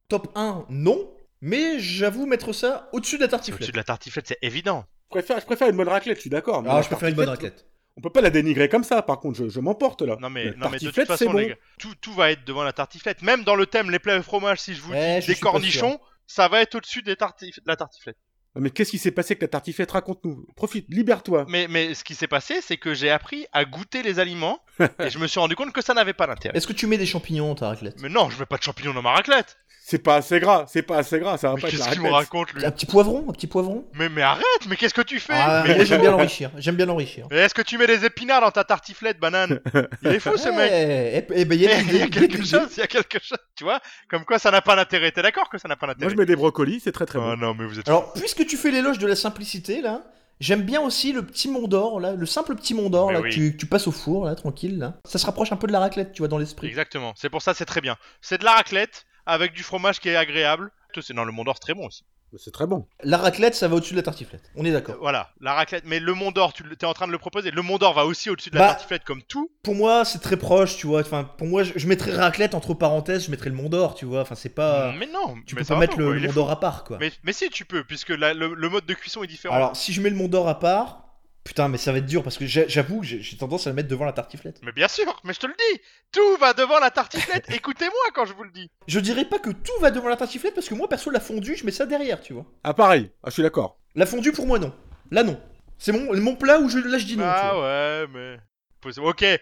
Speaker 1: Top 1, non. Mais j'avoue mettre ça au-dessus de la
Speaker 2: Au-dessus
Speaker 1: tartiflette.
Speaker 2: de la tartiflette, c'est évident.
Speaker 3: Je préfère, je préfère une bonne raclette, je suis d'accord. mais
Speaker 1: Ah,
Speaker 3: la
Speaker 1: je préfère une bonne raclette.
Speaker 3: On peut pas la dénigrer comme ça par contre, je, je m'emporte là.
Speaker 2: Non mais,
Speaker 3: La
Speaker 2: non mais de toute
Speaker 3: tartiflette, c'est
Speaker 2: façon, les
Speaker 3: bon.
Speaker 2: gars, tout, tout va être devant la tartiflette. Même dans le thème les plats au fromage, si je vous
Speaker 1: Ouais,
Speaker 2: dis
Speaker 1: je
Speaker 2: des
Speaker 1: suis pas
Speaker 2: cornichons, ça va être au-dessus des tartif- de la tartiflette.
Speaker 3: Non, Mais qu'est-ce qui s'est passé avec la tartiflette Raconte-nous. Profite, libère-toi.
Speaker 2: Mais, mais ce qui s'est passé, c'est que j'ai appris à goûter les
Speaker 3: [LAUGHS]
Speaker 2: aliments et je me suis rendu compte que ça n'avait pas d'intérêt.
Speaker 1: Est-ce que tu mets des champignons dans ta raclette
Speaker 2: Mais non, je mets pas de champignons dans ma raclette.
Speaker 3: C'est pas assez gras, c'est pas assez
Speaker 1: Ah,
Speaker 3: gras, ça va
Speaker 2: Mais
Speaker 3: pas être la
Speaker 2: qu'est-ce qu'il me
Speaker 3: raclette.
Speaker 2: raconte lui
Speaker 1: Un petit poivron, un petit poivron
Speaker 2: mais, mais arrête, mais qu'est-ce que tu fais
Speaker 1: Ah,
Speaker 2: Mais-
Speaker 1: moi j'aime bien l'enrichir, j'aime bien l'enrichir.
Speaker 2: mais Est-ce que tu mets des épinards dans ta tartiflette, banane Il est fou ce mec.
Speaker 1: Eh, eh, eh ben, y
Speaker 2: [LAUGHS] Il
Speaker 1: a des idées,
Speaker 2: y a
Speaker 1: y a des
Speaker 2: quelque
Speaker 1: idées.
Speaker 2: chose, il y a quelque chose. Tu vois, comme quoi ça n'a pas d'intérêt. T'es d'accord que ça n'a pas
Speaker 3: Moi
Speaker 2: d'intérêt
Speaker 3: je mets des brocolis, c'est très très
Speaker 2: Ah
Speaker 3: bon.
Speaker 2: non, mais vous êtes
Speaker 1: Alors, puisque tu fais l'éloge de la simplicité là, J'aime bien aussi le petit Mondor, là, le simple petit Mondor,
Speaker 2: Mais
Speaker 1: là,
Speaker 2: oui.
Speaker 1: que tu, que tu passes au four, là, tranquille, là. Ça se rapproche un peu de la raclette, tu vois, dans l'esprit.
Speaker 2: Exactement. C'est pour ça, c'est très bien. C'est de la raclette avec du fromage qui est agréable. Tout- c'est- Non, le Mont d'Or, c'est très bon aussi.
Speaker 5: C'est très bon.
Speaker 1: La raclette, ça va au-dessus de la tartiflette. On est d'accord.
Speaker 2: Voilà, la raclette. Mais le Mont d'Or, tu es en train de le proposer. Le Mont d'Or va aussi au-dessus de la
Speaker 1: Bah.
Speaker 2: tartiflette comme tout.
Speaker 1: Pour moi, c'est très proche, tu vois. Enfin, pour moi, je, je mettrais raclette entre parenthèses, je mettrais le Mondor, tu vois. Enfin, c'est pas.
Speaker 2: mais non,
Speaker 1: euh, tu
Speaker 2: Mmh. mais
Speaker 1: peux
Speaker 2: ça
Speaker 1: pas
Speaker 2: va
Speaker 1: mettre
Speaker 2: pas,
Speaker 1: le,
Speaker 2: quoi, il
Speaker 1: le
Speaker 2: est
Speaker 1: Mondor
Speaker 2: fou.
Speaker 1: à part, quoi.
Speaker 2: Mais, mais si, tu peux, puisque la- le, le mode de cuisson est différent.
Speaker 1: Alors, si je mets le Mondor à part. Putain, mais ça va être dur parce que j'a- j'avoue que j'ai j'ai tendance à le mettre devant la tartiflette.
Speaker 2: Mais bien sûr, mais je te le dis, tout va devant
Speaker 1: [LAUGHS]
Speaker 2: la tartiflette. Écoutez-moi quand je vous le dis.
Speaker 1: Je dirais pas que tout va devant la tartiflette parce que moi, perso, la fondue, je mets ça derrière, tu vois.
Speaker 3: Ah, pareil. Ah, je suis d'accord.
Speaker 1: La fondue, pour moi, non. Là, non. C'est mon, mon plat où je, là, je dis non. tu vois.
Speaker 2: Ah ouais, mais. Posez- Ok, Oh,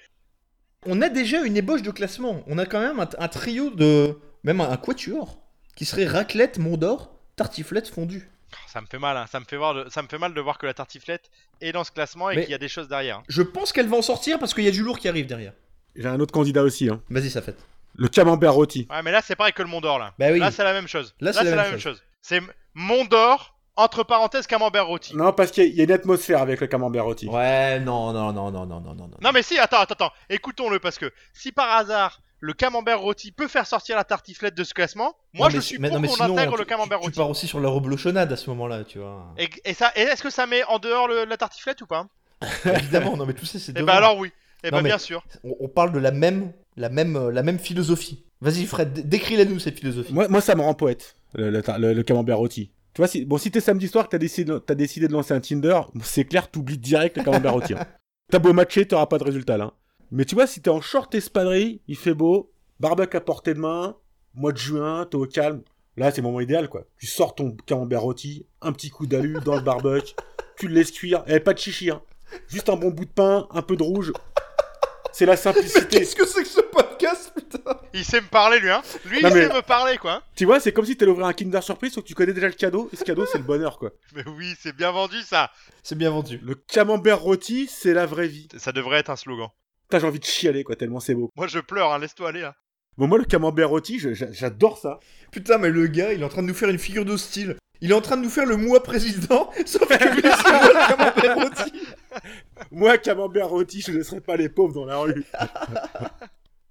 Speaker 1: On a déjà une ébauche de classement. On a quand même un, un trio de. Même un, un quatuor. Qui serait raclette, Mondor, tartiflette, fondue.
Speaker 2: ça me fait mal, hein. ça, me fait voir de- ça me fait mal de voir que la tartiflette est dans ce classement et
Speaker 1: Mais-
Speaker 2: qu'il y a des choses derrière. hein.
Speaker 1: Je pense qu'elle va en sortir parce qu'il y a du lourd qui arrive derrière.
Speaker 3: J'ai un autre candidat aussi. Hein.
Speaker 1: Vas-y, ça fait.
Speaker 3: Le camembert rôti.
Speaker 2: Ouais, mais là, c'est pareil que le Mont d'Or, là.
Speaker 1: Bah oui.
Speaker 2: Là, c'est la même chose.
Speaker 1: Là, c'est la même
Speaker 2: chose. C'est Mont d'Or, entre parenthèses, camembert rôti. Non.
Speaker 3: Non, parce qu'il y, a- il y a une atmosphère avec le camembert rôti.
Speaker 1: Ouais, non, non, non, non, non, non, non. non.
Speaker 2: mais si, attends, attends, attends. Écoutons-le, parce que si par hasard, le camembert rôti peut faire sortir la tartiflette de ce classement,
Speaker 1: Non,
Speaker 2: moi,
Speaker 1: mais
Speaker 2: je
Speaker 1: si-
Speaker 2: suis
Speaker 1: mais-
Speaker 2: pour
Speaker 1: non, mais
Speaker 2: qu'on
Speaker 1: sinon,
Speaker 2: intègre
Speaker 1: tu-
Speaker 2: le camembert
Speaker 1: Tu
Speaker 2: rôti.
Speaker 1: pars aussi sur la reblochonnade à ce moment-là, tu [LAUGHS] vois.
Speaker 2: Et, et ça, et est-ce que ça met en dehors le- la tartiflette ou pas
Speaker 1: Évidemment, non, mais tout ça, c'est
Speaker 2: Eh
Speaker 1: devant.
Speaker 2: ben alors oui. Eh
Speaker 1: Non,
Speaker 2: ben
Speaker 1: mais-
Speaker 2: bien sûr.
Speaker 1: on, on parle de la même, la même, euh, la même philosophie. Vas-y, Fred, dé- décris-la nous cette [LAUGHS] philosophie.
Speaker 3: Moi, moi, ça me rend poète, le, le ta- le- le camembert rôti. Tu vois, si, bon, si t'es samedi soir que t'as décidé, t'as décidé de lancer un Tinder, c'est clair, t'oublies direct le camembert rôti. hein. T'as beau matcher, t'auras pas de résultat là. Mais tu vois, si t'es en short espadrille, il fait beau, barbecue à portée de main, mois de juin, t'es au calme, là c'est le moment idéal quoi. Tu sors ton camembert rôti, un petit coup d'alu dans le barbecue, tu le laisses cuire, et pas de chichi, hein. juste un bon bout de pain, un peu de rouge. C'est
Speaker 1: [LAUGHS]
Speaker 3: la simplicité.
Speaker 1: que c'est que ce podcast, putain
Speaker 2: Il sait me parler, lui, hein. Lui,
Speaker 3: Non,
Speaker 2: il
Speaker 3: mais-
Speaker 2: sait me parler, quoi.
Speaker 3: Tu vois, c'est comme si t'allais ouvrir un Kinder Surprise, sauf que tu connais déjà le cadeau, et ce cadeau c'est le bonheur quoi.
Speaker 2: Mais oui, c'est bien vendu, ça.
Speaker 1: C'est bien vendu.
Speaker 3: Le camembert rôti, c'est la vraie vie.
Speaker 2: Ça devrait être un slogan.
Speaker 3: Putain, j'ai envie de chialer, quoi, tellement c'est beau.
Speaker 2: Moi, je pleure, hein. Laisse-toi aller, hein.
Speaker 3: Bon, moi, le camembert rôti, je- j'a- j'adore ça.
Speaker 1: Putain, mais le gars, il est en train de nous faire une figure de style. Il est en train de nous faire le moi président, [LAUGHS] sauf que lui, c'est le [LAUGHS] camembert rôti.
Speaker 3: Moi, camembert rôti, je ne laisserai pas les pauvres dans
Speaker 2: [LAUGHS]
Speaker 3: la rue.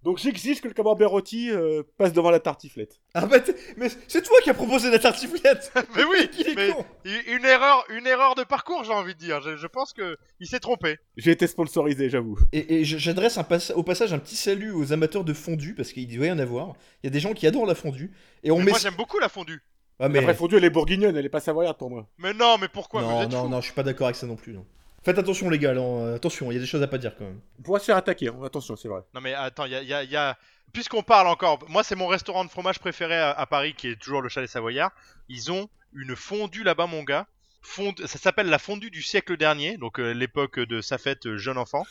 Speaker 3: Donc, j'exige que le camembert rôti euh, passe devant la tartiflette.
Speaker 1: Ah bah, t'es- mais c'est toi qui as proposé la tartiflette [LAUGHS]
Speaker 2: Mais oui,
Speaker 1: Il est
Speaker 2: mais
Speaker 1: con
Speaker 2: Une une erreur, une erreur de parcours, j'ai envie de dire. Je, je pense que il s'est trompé.
Speaker 3: J'ai été sponsorisé, j'avoue.
Speaker 1: Et, et je- j'adresse un passa- au passage un petit salut aux amateurs de fondue, parce qu'il doit y en avoir. Il y a des gens qui adorent la fondue. Et on
Speaker 2: Mais
Speaker 1: met...
Speaker 2: moi, j'aime beaucoup la fondue.
Speaker 1: Ah, mais-
Speaker 3: La vraie fondue, elle est bourguignonne, elle est pas savoyarde pour moi.
Speaker 2: Mais non, mais pourquoi Vous
Speaker 1: non,
Speaker 2: êtes
Speaker 1: non,
Speaker 2: fous.
Speaker 1: non, je suis pas d'accord avec ça non plus. non. Faites attention les gars, là, euh, attention, il y a des choses à pas dire quand même.
Speaker 3: On pourra se faire attaquer, hein, attention, c'est vrai.
Speaker 2: Non, mais attends, il y a, il y a- il y a- Puisqu'on parle encore, moi, c'est mon restaurant de fromage préféré à, à Paris, qui est toujours le Chalet Savoyard. Ils ont une fondue là-bas, mon gars. Fond- Ça s'appelle la fondue du siècle dernier, donc euh, l'époque de sa fête euh,
Speaker 1: [LAUGHS]
Speaker 2: jeune enfant.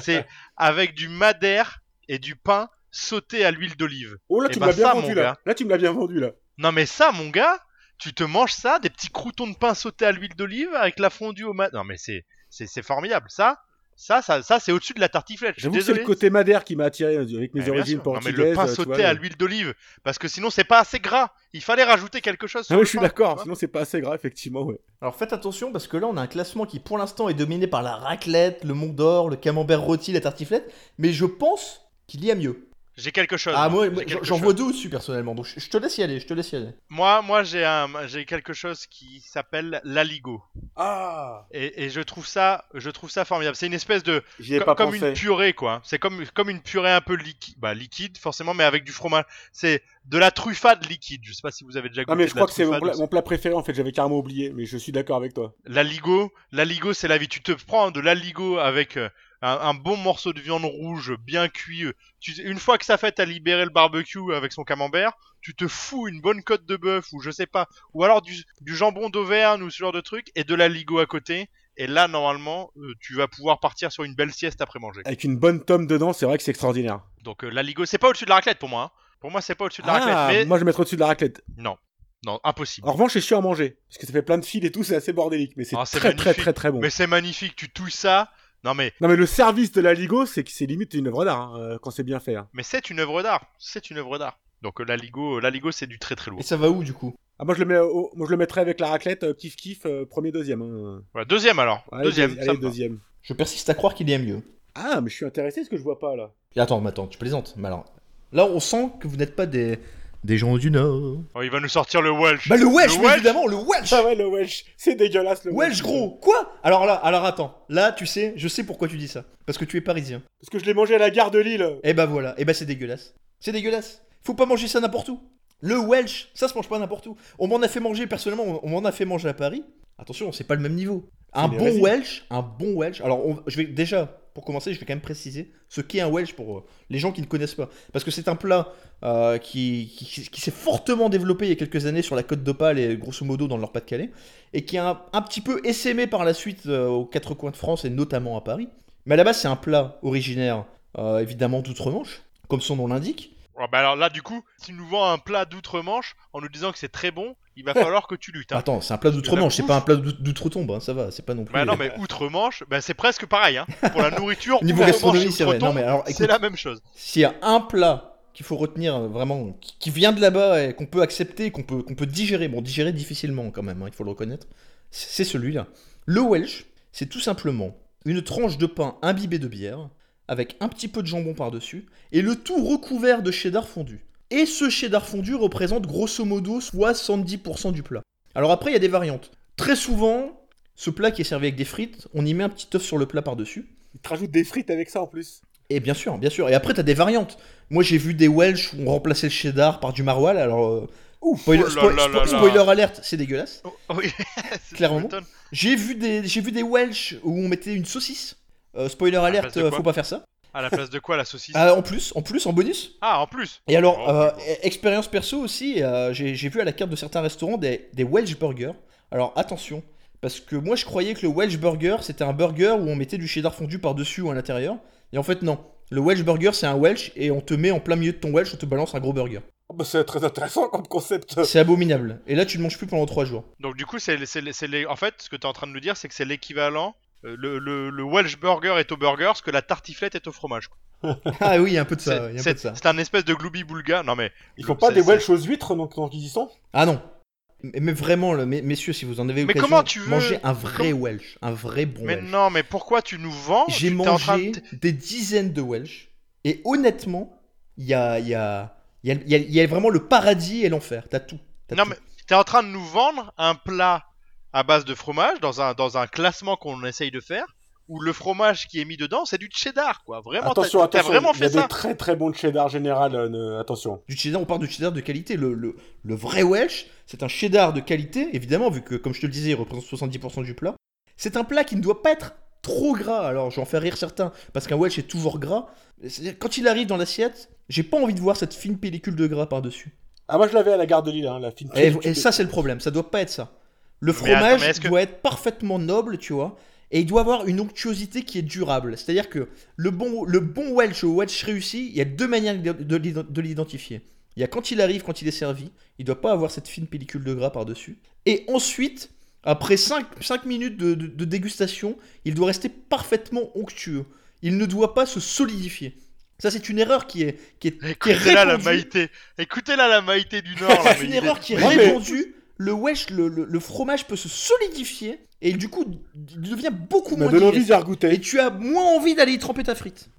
Speaker 2: c'est avec du madère et du pain sauté à l'huile d'olive.
Speaker 3: Oh là,
Speaker 2: Eh
Speaker 3: tu
Speaker 2: ben
Speaker 3: me l'as bien
Speaker 2: ça,
Speaker 3: vendu,
Speaker 2: mon
Speaker 3: là.
Speaker 2: gars.
Speaker 3: Là, tu me l'as bien vendu, là.
Speaker 2: Non mais ça, mon gars, tu te manges ça, des petits croutons de pain sautés à l'huile d'olive avec la fondue au mat. Non mais c'est c'est c'est formidable, ça. Ça, ça, ça c'est au-dessus de la tartiflette. Je suis
Speaker 3: J'avoue que c'est
Speaker 2: désolé.
Speaker 3: le côté madère qui m'a attiré euh, avec mes
Speaker 2: Eh, bien
Speaker 3: origines
Speaker 2: sûr. Non mais
Speaker 3: portugaises.
Speaker 2: le pain
Speaker 3: euh, tu
Speaker 2: sauté
Speaker 3: vois,
Speaker 2: à
Speaker 3: le-
Speaker 2: l'huile d'olive, parce que sinon c'est pas assez gras. Il fallait rajouter quelque chose.
Speaker 3: Ah
Speaker 2: sur
Speaker 3: oui,
Speaker 2: le
Speaker 3: je suis
Speaker 2: pain,
Speaker 3: d'accord,
Speaker 2: tu vois.
Speaker 3: sinon c'est pas assez gras, effectivement, ouais.
Speaker 1: Alors faites attention parce que là on a un classement qui pour l'instant est dominé par la raclette, le Mont d'Or, le camembert rôti, la tartiflette, mais je pense qu'il y a mieux.
Speaker 2: J'ai quelque chose.
Speaker 1: Ah moi,
Speaker 2: Euh, j'ai
Speaker 1: moi,
Speaker 2: quelque
Speaker 1: j'en
Speaker 2: chose.
Speaker 1: vois deux au-dessus personnellement, donc je je te laisse y aller, je te laisse y aller.
Speaker 2: Moi, moi j'ai un, j'ai quelque chose qui s'appelle l'aligo.
Speaker 3: Ah
Speaker 2: Et, et je trouve ça, je trouve ça formidable. C'est une espèce de,
Speaker 3: J'y ai
Speaker 2: Co-
Speaker 3: pas
Speaker 2: comme
Speaker 3: pensé.
Speaker 2: une purée quoi. C'est comme comme une purée un peu liquide, bah liquide forcément, mais avec du fromage. C'est de la truffade liquide. Je sais pas si vous avez déjà goûté.
Speaker 3: Non mais je
Speaker 2: de la
Speaker 3: crois que c'est mon,
Speaker 2: truffade.
Speaker 3: pla- mon plat préféré en fait, j'avais carrément oublié, mais je suis d'accord avec toi.
Speaker 2: L'aligo, l'aligo, c'est la vie. Tu te prends hein, de l'aligo avec euh, un, un bon morceau de viande rouge bien cuit. euh, Tu, une fois que ça fait, t'as libéré le barbecue avec son camembert. Tu te fous une bonne côte de bœuf ou je sais pas, ou alors du, du jambon d'Auvergne ou ce genre de truc et de l'aligo à côté. Et là, normalement, euh, tu vas pouvoir partir sur une belle sieste après manger.
Speaker 3: Avec une bonne tome dedans, c'est vrai que c'est extraordinaire.
Speaker 2: Donc euh, la Ligo, c'est pas au-dessus de la raclette pour moi. hein. Pour moi, c'est pas au-dessus de la
Speaker 3: ah,
Speaker 2: raclette. Mais
Speaker 3: moi je vais mettre au-dessus de la raclette.
Speaker 2: non, non, impossible.
Speaker 1: Oh.
Speaker 3: En revanche, c'est chiant à manger, parce que ça fait plein de fils et tout, c'est assez bordélique, mais c'est
Speaker 2: Ah, c'est
Speaker 3: très, très
Speaker 2: magnifique.
Speaker 3: très très bon.
Speaker 2: Mais c'est magnifique, tu touilles ça. Non mais,
Speaker 3: Non mais le service de la Ligo, c'est que c'est limite une œuvre d'art hein, euh, quand c'est bien fait. hein.
Speaker 2: mais c'est une œuvre d'art. C'est une œuvre d'art. Donc euh, la Ligo, euh, la Ligo, c'est du très
Speaker 1: Et
Speaker 2: très lourd.
Speaker 1: ça va où du coup
Speaker 3: Ah, moi, je le, mets, au- moi, je le mettrais avec la raclette, euh, kiff kiff, euh, premier, deuxième. hein.
Speaker 2: Voilà, deuxième alors.
Speaker 3: Allez,
Speaker 2: deuxième,
Speaker 3: deuxi-
Speaker 2: ça
Speaker 3: allez,
Speaker 2: me va.
Speaker 3: deuxième.
Speaker 1: Je persiste à croire qu'il y a mieux.
Speaker 3: Ah, mais je suis intéressé, parce que je vois pas là. [LAUGHS]
Speaker 1: Et attends, mais attends, tu plaisantes. Mais alors, là, on sent que vous n'êtes pas des, des gens du Nord.
Speaker 2: Oh, il va nous sortir le Welsh.
Speaker 1: Bah, le Welsh,
Speaker 2: Le
Speaker 1: mais
Speaker 2: Welsh
Speaker 1: évidemment, le Welsh
Speaker 3: Ah ouais, le Welsh, c'est dégueulasse le
Speaker 1: Welsh, gros Quoi Alors là, alors attends. Là, tu sais, je sais pourquoi tu dis ça. Parce que tu es parisien.
Speaker 3: Parce que je l'ai mangé à la gare de Lille.
Speaker 1: Eh bah voilà, eh bah c'est dégueulasse. C'est dégueulasse. Faut pas manger ça n'importe où. Le Welsh, ça se mange pas n'importe où. On m'en a fait manger, personnellement, on- on m'en a fait manger à Paris. Attention, c'est pas le même niveau. Un
Speaker 3: des
Speaker 1: bon
Speaker 3: résines.
Speaker 1: Welsh, un bon Welsh. Alors, on- je vais déjà, pour commencer, je vais quand même préciser ce qu'est un Welsh pour euh, les gens qui ne connaissent pas. Parce que c'est un plat euh, qui, qui- qui s'est fortement développé il y a quelques années sur la côte d'Opale et grosso modo dans le Nord-Pas-de-Calais. Et qui a un, un petit peu essaimé par la suite euh, aux quatre coins de France et notamment à Paris. Mais à la base, c'est un plat originaire, euh, évidemment, d'outre-Manche, comme son nom l'indique.
Speaker 2: Oh, bah, alors là, du coup, s'il nous vend un plat d'outre-manche en nous disant que c'est très bon,
Speaker 1: [LAUGHS]
Speaker 2: il va falloir que tu luttes. hein.
Speaker 1: Attends, c'est un plat d'outre-Manche, c'est pas un plat d'out- d'outre-tombe, hein, ça va, c'est pas non plus.
Speaker 2: Bah non, mais outre-manche, bah, c'est presque pareil. Hein. Pour la nourriture,
Speaker 1: [LAUGHS] Niveau
Speaker 2: outre-Manche et
Speaker 1: gastronomie, c'est vrai. Non,
Speaker 2: outre-tombe,
Speaker 1: mais alors,
Speaker 2: c'est
Speaker 1: écoute,
Speaker 2: la même chose.
Speaker 1: S'il y a un plat qu'il faut retenir euh, vraiment, qui- qui vient de là-bas et qu'on peut accepter, qu'on peut, qu'on peut digérer, bon, digérer difficilement quand même, hein, il faut le reconnaître, c- c'est celui-là. Le Welsh, c'est tout simplement une tranche de pain imbibée de bière, avec un petit peu de jambon par-dessus, et le tout recouvert de cheddar fondu. Et ce cheddar fondu représente grosso modo 70% du plat. Alors après, il y a des variantes. Très souvent, ce plat qui est servi avec des frites, on y met un petit œuf sur le plat par-dessus.
Speaker 3: Il te rajoute des frites avec ça en plus.
Speaker 1: Et bien sûr, bien sûr. Et après, t'as des variantes. Moi, j'ai vu des Welsh où on remplaçait le cheddar par du maroilles. Alors, euh, spoiler,
Speaker 2: Oh là
Speaker 1: spoil-
Speaker 2: là là
Speaker 1: spo-
Speaker 2: là.
Speaker 1: spoiler alerte, c'est dégueulasse.
Speaker 2: Oh, oh,
Speaker 1: [LAUGHS]
Speaker 2: oui. C'est-
Speaker 1: Clairement.
Speaker 2: tu m'étonnes.
Speaker 1: J'ai vu des, j'ai vu des Welsh où on mettait une saucisse. Euh, spoiler alerte,
Speaker 2: de
Speaker 1: euh,
Speaker 2: Ah, bah, quoi
Speaker 1: faut pas faire ça.
Speaker 2: À la place de quoi la saucisse
Speaker 1: Ah, en plus, en plus, en bonus.
Speaker 2: Ah, en plus
Speaker 1: Et alors,
Speaker 2: Oh,
Speaker 1: euh,
Speaker 2: putain.
Speaker 1: e- expérience perso aussi, euh, j'ai j'ai vu à la carte de certains restaurants des, des Welsh burgers. Alors attention, parce que moi je croyais que le Welsh burger c'était un burger où on mettait du cheddar fondu par-dessus ou à l'intérieur. Et en fait, non. Le Welsh burger c'est un Welsh et on te met en plein milieu de ton Welsh, on te balance un gros burger.
Speaker 5: Ah bah, c'est très intéressant comme concept.
Speaker 2: Euh.
Speaker 1: C'est abominable. Et là, tu ne manges plus pendant 3
Speaker 2: [LAUGHS]
Speaker 1: jours.
Speaker 2: Donc du coup, c'est, c'est- c'est les- en fait, ce que tu es en train de nous dire, c'est que c'est l'équivalent, euh, le, le- le Welsh burger est au burger, ce que la tartiflette est au fromage. quoi.
Speaker 1: Ah oui, il y a un peu de
Speaker 2: C'est,
Speaker 1: ça. il y a un peu
Speaker 2: c'est-
Speaker 1: de ça.
Speaker 2: c'est un espèce de gloubi boulga. Non mais,
Speaker 5: Ils font pas
Speaker 2: c'est-
Speaker 5: des
Speaker 2: c'est-
Speaker 5: Welsh aux huîtres, donc, donc ils y sont
Speaker 1: Ah non. Mais, mais vraiment, le- mes- messieurs, si vous en avez
Speaker 2: Mais
Speaker 1: occasion,
Speaker 2: comment tu veux-
Speaker 1: mangez un vrai Welsh. Un vrai bon
Speaker 2: mais
Speaker 1: Welsh.
Speaker 2: non, mais pourquoi tu nous vends
Speaker 1: Eh ben, J'ai
Speaker 2: Oh, Tu- t'es en
Speaker 1: mangé
Speaker 2: train de-
Speaker 1: des dizaines de Welsh. Et honnêtement, il y a, il y, a, il y, a, il y a- il y a vraiment le paradis et l'enfer. T'as tout. T'as
Speaker 2: Non
Speaker 1: tout.
Speaker 2: mais t'es en train de nous vendre un plat à base de fromage dans un dans un classement qu'on essaye de faire où le fromage qui est mis dedans c'est du cheddar quoi. Vraiment,
Speaker 5: Attention,
Speaker 2: t'as, t'as
Speaker 5: attention.
Speaker 2: vraiment
Speaker 5: il y a
Speaker 2: fait
Speaker 5: des
Speaker 1: [LAUGHS]
Speaker 2: ça.
Speaker 5: très très bons cheddar général. euh, ne- Attention.
Speaker 1: Du cheddar, on parle de cheddar de qualité. Le, le, le vrai Welsh, c'est un cheddar de qualité, évidemment, vu que, comme je te le disais, il représente 70% du plat. C'est un plat qui ne doit pas être trop gras. Alors, j'en fais rire certains, parce qu'un Welsh est toujours gras. C'est-à-dire, quand il arrive dans l'assiette, j'ai pas envie de voir cette fine pellicule de gras par-dessus.
Speaker 5: Ah, moi je l'avais à la gare de Lille, hein, la fine.
Speaker 1: Et, et Eh, ça, c'est le problème. Ça doit pas être ça. Le
Speaker 2: Mais attends,
Speaker 1: fromage
Speaker 2: mais est-ce que-
Speaker 1: doit être parfaitement noble, tu vois. Et il doit avoir une onctuosité qui est durable. C'est-à-dire que le bon, le bon Welsh, le Welsh réussi, il y a deux manières de- de l'ident- de l'identifier. Il y a quand il arrive, quand il est servi, il doit pas avoir cette fine pellicule de gras par-dessus. Et ensuite, après 5, minutes de, de- de dégustation, il doit rester parfaitement onctueux. Il ne doit pas se solidifier. Ça, c'est une erreur qui est, qui est, qui est
Speaker 2: Écoutez là la
Speaker 1: répandue.
Speaker 2: Maïté, écoutez là la Maïté du Nord. là,
Speaker 1: C'est
Speaker 2: mais
Speaker 1: une [LAUGHS]
Speaker 2: il est-
Speaker 1: erreur qui est
Speaker 2: mais il est-
Speaker 1: répandue. Le wesh, le, le- le fromage peut se solidifier et du coup, il devient beaucoup
Speaker 5: m'a
Speaker 1: moins
Speaker 5: donné envie
Speaker 1: digeste.
Speaker 5: d'y
Speaker 1: Et
Speaker 5: regoûter.
Speaker 1: tu as moins envie d'aller y tremper
Speaker 5: [LAUGHS]
Speaker 1: ta frite.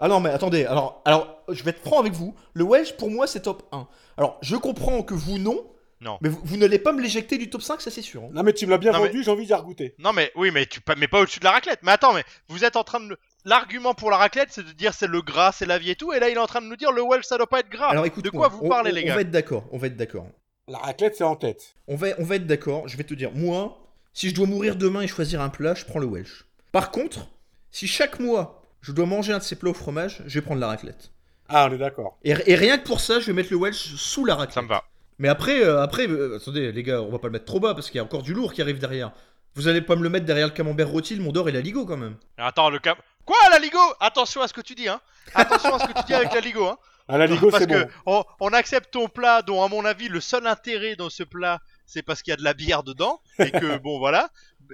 Speaker 1: ah non, mais attendez, alors, alors je vais être franc avec vous. Le wesh, pour moi, c'est top 1. Alors, je comprends que vous, non.
Speaker 2: Non.
Speaker 1: Mais vous, vous n'allez pas me l'éjecter du top 5, ça c'est sûr. hein.
Speaker 5: Non, mais tu me l'as bien
Speaker 2: Non, mais-
Speaker 5: vendu, j'ai envie d'y regoûter.
Speaker 2: Non mais oui mais tu pas mais pas au-dessus de la raclette. Mais attends mais vous êtes en train de l'argument pour la raclette c'est de dire c'est le gras, c'est la vie et tout et là il est en train de nous dire le Welsh ça doit pas être gras.
Speaker 1: alors, écoute,
Speaker 2: Ah, de quoi vous parlez les
Speaker 1: On va
Speaker 2: gars
Speaker 1: être d'accord, on va être d'accord.
Speaker 5: La raclette, c'est en tête.
Speaker 1: On va, on va être d'accord, je vais te dire, moi, si je dois mourir demain et choisir un plat, je prends le Welsh. Par contre, si chaque mois, je dois manger un de ces plats au fromage, je vais prendre la raclette.
Speaker 5: Ah, on est d'accord.
Speaker 1: Et, et rien que pour ça, je vais mettre le Welsh sous la raclette.
Speaker 2: Ça me va.
Speaker 1: Mais après, euh, après euh, attendez, les gars, on va pas le mettre trop bas parce qu'il y a encore du lourd qui arrive derrière. Vous allez pas me le mettre derrière le camembert rôti, le Mondor et la Ligo quand même.
Speaker 2: Attends le cap. Quoi la Ligo Attention à ce que tu dis hein. Attention à ce que tu dis avec la Ligo hein.
Speaker 5: Ah, la Ligo, [LAUGHS]
Speaker 2: parce
Speaker 5: c'est
Speaker 2: que
Speaker 5: bon.
Speaker 2: on, on accepte ton plat dont à mon avis le seul intérêt dans ce plat c'est parce qu'il y a de la bière dedans
Speaker 5: [LAUGHS]
Speaker 2: et que bon voilà.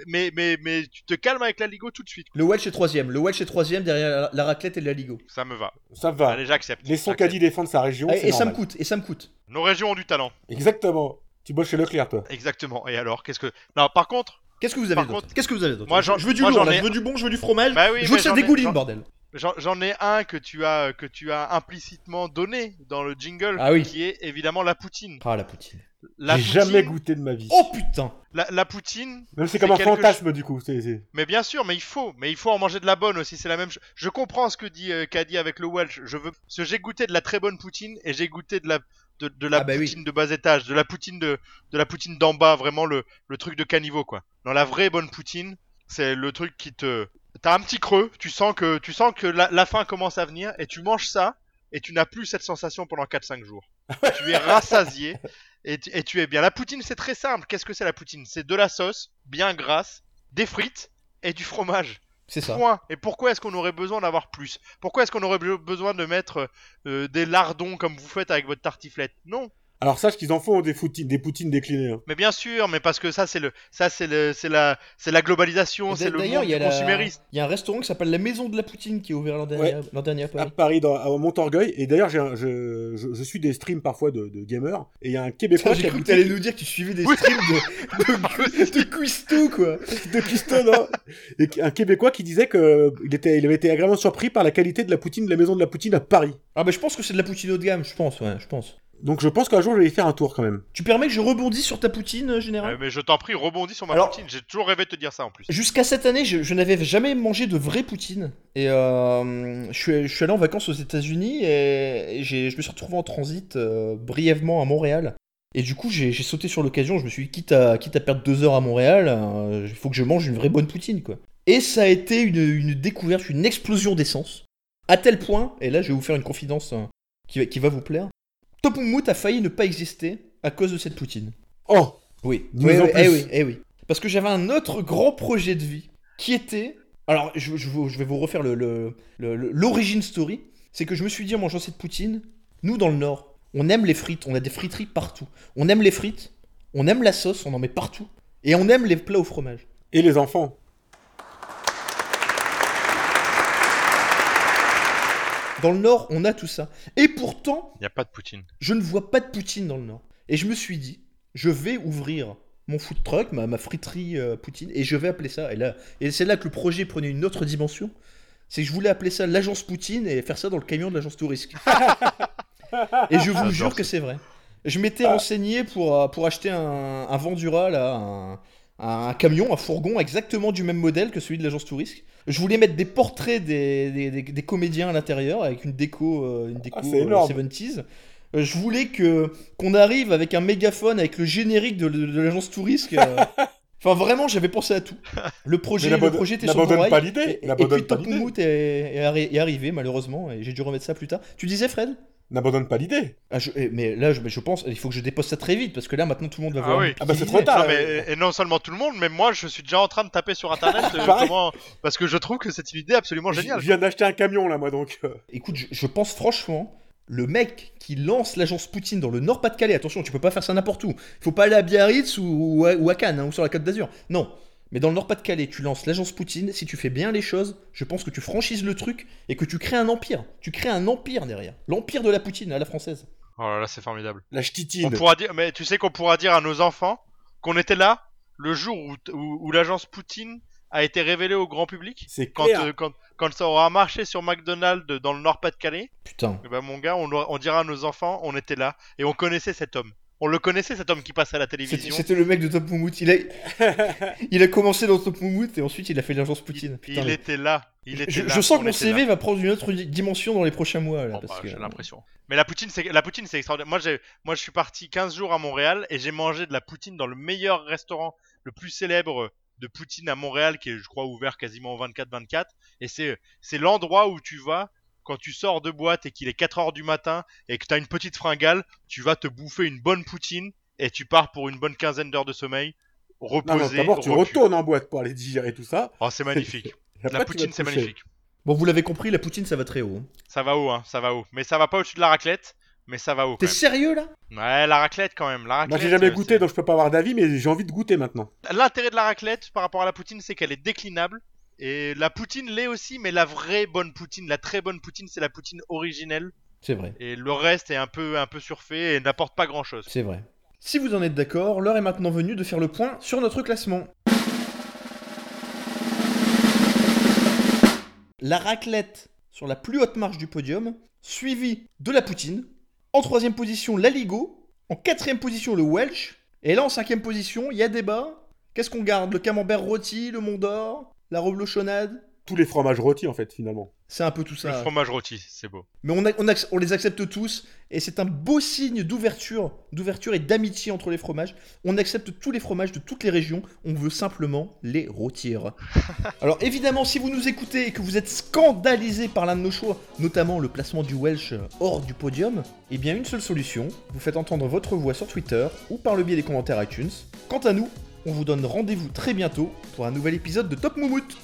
Speaker 2: Mais mais mais tu te calmes avec la Ligo tout de suite.
Speaker 1: Le Welsh est troisième, le Welsh est troisième derrière la, la raclette et la Ligo.
Speaker 2: Ça me va.
Speaker 5: Ça va.
Speaker 2: Allez j'accepte.
Speaker 5: Laissons
Speaker 2: J'accepte.
Speaker 5: Caddy défendre sa région.
Speaker 1: Ah,
Speaker 5: c'est
Speaker 1: et ça me
Speaker 5: normal.
Speaker 1: coûte, et ça me coûte.
Speaker 2: Nos régions ont du talent.
Speaker 5: Exactement. Tu bosses chez Leclerc, toi.
Speaker 2: Exactement. Et alors, qu'est-ce que. Non, par contre,
Speaker 1: Qu'est-ce que vous avez
Speaker 2: Par
Speaker 1: d'autre
Speaker 2: contre-
Speaker 1: Qu'est-ce que vous avez d'autre
Speaker 2: Moi, j'en-
Speaker 1: Je veux du
Speaker 2: moi,
Speaker 1: lourd,
Speaker 2: j'en
Speaker 1: là,
Speaker 2: ai-
Speaker 1: je veux du bon, je veux du fromage.
Speaker 2: Bah oui,
Speaker 1: je veux
Speaker 2: mais
Speaker 1: que ça
Speaker 2: j'en ai-
Speaker 1: dégouline,
Speaker 2: j'en-
Speaker 1: bordel.
Speaker 2: j'en j'en ai un que tu as que tu as implicitement donné dans le jingle,
Speaker 1: Ah oui.
Speaker 2: qui est évidemment la poutine.
Speaker 1: Ah la poutine.
Speaker 2: La
Speaker 5: J'ai
Speaker 2: poutine,
Speaker 5: jamais goûté de ma vie.
Speaker 1: Oh putain
Speaker 2: La, la poutine.
Speaker 5: Même c'est comme un
Speaker 2: quelque
Speaker 5: fantasme, du coup. c'est- c'est-
Speaker 2: Mais bien sûr, mais il faut, mais il faut en manger de la bonne aussi. C'est la même. chose. Je comprends ce que dit euh, qu'a dit avec le Welsh. Je veux, parce que j'ai goûté de la très bonne poutine et j'ai goûté de la de, de la
Speaker 1: Ah bah oui.
Speaker 2: poutine de bas étage, de la poutine de de la poutine d'en bas, vraiment le le truc de caniveau quoi. Dans la vraie bonne poutine, c'est le truc qui te t'as un petit creux. Tu sens que tu sens que la, la faim commence à venir et tu manges ça et tu n'as plus cette sensation pendant
Speaker 1: [LAUGHS]
Speaker 2: 4-5 jours. tu es rassasié et tu, et tu es bien. La poutine c'est très simple. Qu'est-ce que c'est la poutine C'est de la sauce bien grasse, des frites et du fromage.
Speaker 1: C'est ça.
Speaker 2: Point. Et pourquoi est-ce qu'on aurait besoin d'avoir plus Pourquoi est-ce qu'on aurait be- besoin de mettre euh, des lardons comme vous faites avec votre tartiflette Non.
Speaker 5: Alors, sache qu'ils en font des, foutines, des poutines déclinées. hein.
Speaker 2: Mais bien sûr, mais parce que ça c'est le, ça c'est le, c'est la, c'est la globalisation, c'est le
Speaker 1: D'ailleurs,
Speaker 2: monde
Speaker 1: il y,
Speaker 2: du
Speaker 1: a la-
Speaker 2: consumérisme.
Speaker 1: il y a un restaurant qui s'appelle La Maison de la Poutine qui est ouvert l'an dernier, l'an dernier à
Speaker 5: à
Speaker 1: Paris.
Speaker 5: Paris, dans, à Montorgueil. Et d'ailleurs, j'ai un- je, je, je suis des streams parfois de, de gamers. Et il y a un Québécois qui
Speaker 1: J'ai
Speaker 5: a
Speaker 1: cru que
Speaker 5: goûté
Speaker 1: t'allais nous dire que tu suivais des
Speaker 2: Oui. Ah,
Speaker 1: streams
Speaker 2: [LAUGHS]
Speaker 1: de, de, de quiz tout, quoi.
Speaker 5: de [LAUGHS] piston, hein. Et qui- un Québécois qui disait que il, était, il avait été agréablement surpris par la qualité de la poutine de la maison de la poutine à Paris.
Speaker 1: Ah, bah, je pense que c'est de la poutine haut de gamme, je pense, ouais, je pense.
Speaker 5: Donc je pense qu'un jour, je vais y faire un tour quand même.
Speaker 1: Tu permets que je rebondisse sur ta poutine, euh, général
Speaker 2: Euh, mais je t'en prie, rebondis sur ma
Speaker 1: Alors-
Speaker 2: poutine. J'ai toujours rêvé de te dire ça en plus.
Speaker 1: Jusqu'à cette année, je, je n'avais jamais mangé de vraie poutine. Et euh, je, suis, je suis allé en vacances aux États-Unis et, et j'ai- je me suis retrouvé en transit euh, brièvement à Montréal. Et du coup, j'ai j'ai sauté sur l'occasion. Je me suis dit, quitte à, quitte à perdre deux heures à Montréal, euh, il faut que je mange une vraie bonne poutine, quoi. Et ça a été une, une découverte, une explosion d'essence. À tel point, et là, je vais vous faire une confidence hein, qui, va- qui va vous plaire. Top Moumout a failli ne pas exister à cause de cette poutine.
Speaker 5: Oh
Speaker 1: Oui,
Speaker 5: Nous
Speaker 1: oui,
Speaker 5: en
Speaker 1: oui,
Speaker 5: plus.
Speaker 1: eh oui, eh oui. Parce que j'avais un autre grand projet de vie qui était. Alors, je, je vous- je vais vous refaire le- le- le- le- l'origin story. C'est que je me suis dit en mangeant cette poutine, nous dans le Nord, on aime les frites, on a des friteries partout. On aime les frites, on aime la sauce, on en met partout. Et on aime les plats au fromage.
Speaker 5: Et les enfants
Speaker 1: Dans le Nord, on a tout ça. Et pourtant,
Speaker 2: Il n'y a pas de poutine.
Speaker 1: je ne vois pas de poutine dans le Nord. Et je me suis dit, je vais ouvrir mon food truck, ma, ma friterie euh, poutine, et je vais appeler ça. Et, là, et c'est là que le projet prenait une autre dimension. C'est que je voulais appeler ça l'agence Poutine et faire ça dans le camion de l'agence Tourisque. et je vous
Speaker 2: J'adore
Speaker 1: jure
Speaker 2: ça. Ah.
Speaker 1: que c'est vrai. Je m'étais renseigné pour, euh, pour acheter un, un Vendura, là, un, un camion, un fourgon exactement du même modèle que celui de l'agence Tourisque. Je voulais mettre des portraits des, des- des- des comédiens à l'intérieur avec une déco, euh, une déco
Speaker 5: Ah, c'est
Speaker 1: euh,
Speaker 5: énorme.
Speaker 1: 70s. Euh, je voulais que qu'on arrive avec un mégaphone avec le générique de, de- de l'agence
Speaker 5: [LAUGHS]
Speaker 1: Tourisque. euh. Enfin, vraiment, j'avais pensé à tout. Le projet,
Speaker 5: Mais
Speaker 1: le
Speaker 5: n'abandonne-
Speaker 1: projet était sur
Speaker 5: n'abandonne
Speaker 1: le bon
Speaker 5: pas
Speaker 1: rail.
Speaker 5: l'idée,
Speaker 1: Et, et
Speaker 5: n'abandonne
Speaker 1: puis
Speaker 5: pas
Speaker 1: Top
Speaker 5: l'idée.
Speaker 1: Moumout est, est arri- est arrivé, malheureusement, et j'ai dû remettre ça plus tard. Tu disais, Fred
Speaker 5: N'abandonne pas l'idée
Speaker 1: Ah, je- eh, Mais là, je, mais je pense, il faut que je dépose ça très vite, parce que là, maintenant, tout le monde va
Speaker 2: Ah
Speaker 1: voir.
Speaker 2: oui.
Speaker 1: une
Speaker 5: Ah bah, c'est
Speaker 1: poutine.
Speaker 5: trop tard. Ah,
Speaker 2: non, mais,
Speaker 5: euh,
Speaker 2: Et non seulement tout le monde, mais moi je suis déjà en train de taper
Speaker 1: [LAUGHS]
Speaker 2: sur internet euh,
Speaker 5: Pareil.
Speaker 2: comment- parce que je trouve que c'est une idée absolument
Speaker 5: Je je
Speaker 2: géniale.
Speaker 5: viens d'acheter un camion là, moi donc. euh.
Speaker 1: Écoute, je, je pense franchement, le mec qui lance l'agence Poutine dans le Nord-Pas-de-Calais, attention, tu peux pas faire ça n'importe où. Il faut pas aller à Biarritz ou, ou à, ou à Cannes hein, ou sur la Côte d'Azur. Non. Mais dans le Nord-Pas-de-Calais, tu lances l'agence Poutine, si tu fais bien les choses, je pense que tu franchises le truc et que tu crées un empire. Tu crées un empire derrière. L'empire de la Poutine à la française.
Speaker 2: Oh là là, c'est formidable.
Speaker 5: La
Speaker 2: On
Speaker 5: ch'titine.
Speaker 2: pourra dire, mais tu sais qu'on pourra dire à nos enfants qu'on était là le jour où, où- où l'agence Poutine a été révélée au grand public.
Speaker 5: C'est
Speaker 2: Quand,
Speaker 5: clair.
Speaker 2: euh, quand, quand ça aura marché sur McDonald's dans le Nord-Pas-de-Calais,
Speaker 1: Putain.
Speaker 2: eh ben mon gars, on, aura- on dira à nos enfants, on était là et on connaissait cet homme. On le connaissait cet homme qui passait à la
Speaker 1: C'était
Speaker 2: télévision.
Speaker 1: c'était le mec de Top Moumout. Il a, il a commencé dans Top Moumout et ensuite il a fait l'agence Poutine.
Speaker 2: Il,
Speaker 1: Putain,
Speaker 2: il
Speaker 1: mais-
Speaker 2: était là. Il était
Speaker 1: je,
Speaker 2: là,
Speaker 1: je sens
Speaker 2: on
Speaker 1: que mon
Speaker 2: était
Speaker 1: CV
Speaker 2: là.
Speaker 1: va prendre une autre dimension dans les prochains mois. Là,
Speaker 2: Bon,
Speaker 1: parce
Speaker 2: bah,
Speaker 1: que-
Speaker 2: J'ai l'impression. Mais la poutine, c'est la poutine, c'est extraordinaire. Moi, j'ai, moi, je suis parti 15 jours à Montréal et j'ai mangé de la poutine dans le meilleur restaurant, le plus célèbre euh, de poutine à Montréal, qui est, je crois, ouvert quasiment 24-24. Et c'est, c'est l'endroit où tu vas quand tu sors de boîte et qu'il est 4 heures du matin et que t'as une petite fringale, tu vas te bouffer une bonne poutine et tu pars pour une bonne quinzaine d'heures de sommeil,
Speaker 5: Non, non,
Speaker 2: reposé.
Speaker 5: d'abord, tu
Speaker 2: recu.
Speaker 5: retournes en boîte pour aller digérer tout ça.
Speaker 2: Oh,
Speaker 5: [LAUGHS]
Speaker 2: c'est magnifique.
Speaker 5: Et après,
Speaker 2: la
Speaker 5: tu vas
Speaker 2: poutine,
Speaker 5: te
Speaker 2: c'est
Speaker 5: coucher.
Speaker 2: magnifique.
Speaker 1: Bon, vous l'avez compris, la poutine, ça va très haut.
Speaker 2: Ça va haut, hein, ça va haut. Mais ça va pas au-dessus de la raclette, mais ça va haut.
Speaker 1: T'es
Speaker 2: quand même.
Speaker 1: sérieux là
Speaker 2: Ouais, la raclette quand même. La raclette,
Speaker 5: Moi, j'ai jamais
Speaker 2: euh,
Speaker 5: goûté, donc je peux pas avoir d'avis, mais j'ai envie de goûter maintenant.
Speaker 2: c'est- L'intérêt de la raclette par rapport à la poutine, c'est qu'elle est déclinable. Et la poutine l'est aussi, mais la vraie bonne poutine, la très bonne poutine, c'est la poutine originelle.
Speaker 1: C'est vrai,
Speaker 2: Et le reste est un peu, un peu surfait et n'apporte pas grand chose.
Speaker 1: c'est vrai. Si vous en êtes d'accord, l'heure est maintenant venue de faire le point sur notre classement. La raclette sur la plus haute marche du podium, suivie de la poutine. En troisième position, l'aligo. En quatrième position, le Welsh. Et là, en cinquième position, il y a débat. Qu'est-ce qu'on garde Le camembert rôti, le Mont d'Or, la reblochonnade
Speaker 5: Tous les fromages rôtis, en fait, finalement.
Speaker 1: C'est un peu tout
Speaker 2: Le
Speaker 1: ça. hein.
Speaker 2: fromage rôti, c'est beau.
Speaker 1: Mais on, a- on ac- on les accepte tous, et c'est un beau signe d'ouverture, d'ouverture et d'amitié entre les fromages. On accepte tous les fromages de toutes les régions, on veut simplement les rôtir. Alors évidemment, si vous nous écoutez et que vous êtes scandalisé par l'un de nos choix, notamment le placement du Welsh hors du podium, eh bien une seule solution, vous faites entendre votre voix sur Twitter ou par le biais des commentaires iTunes. Quant à nous, on vous donne rendez-vous très bientôt pour un nouvel épisode de Top Moumout.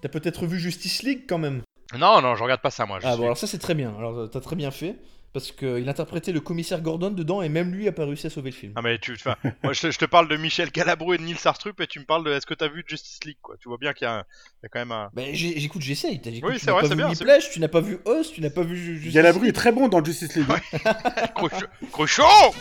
Speaker 1: T'as peut-être vu Justice League quand même
Speaker 2: Non, non, je regarde pas ça, moi. je
Speaker 1: Ah
Speaker 2: suis-
Speaker 1: bon, alors ça c'est très bien. Alors euh, t'as très bien fait parce qu'il interprétait le commissaire Gordon dedans et même lui a pas réussi à sauver le film.
Speaker 2: Ah, mais tu, enfin, moi, je, te- je te parle de Michel Galabru et de Neil Sarstrup et tu me parles de est-ce que t'as vu Justice League, quoi. Tu vois bien qu'il y, a un- il y a quand
Speaker 1: [LAUGHS]
Speaker 2: même un.
Speaker 1: Bah, j'ai- j'écoute, j'essaye. T'as- j'écoute,
Speaker 2: Oui,
Speaker 1: tu
Speaker 2: c'est
Speaker 1: n'as
Speaker 2: vrai,
Speaker 1: pas
Speaker 2: c'est
Speaker 1: vu
Speaker 2: bien,
Speaker 1: Whiplash,
Speaker 2: c'est-
Speaker 1: tu n'as pas vu Oz, tu n'as pas vu. Ju- Justice
Speaker 5: Galabru est
Speaker 1: League.
Speaker 5: très bon dans Justice League. hein.
Speaker 2: Crochot Crochot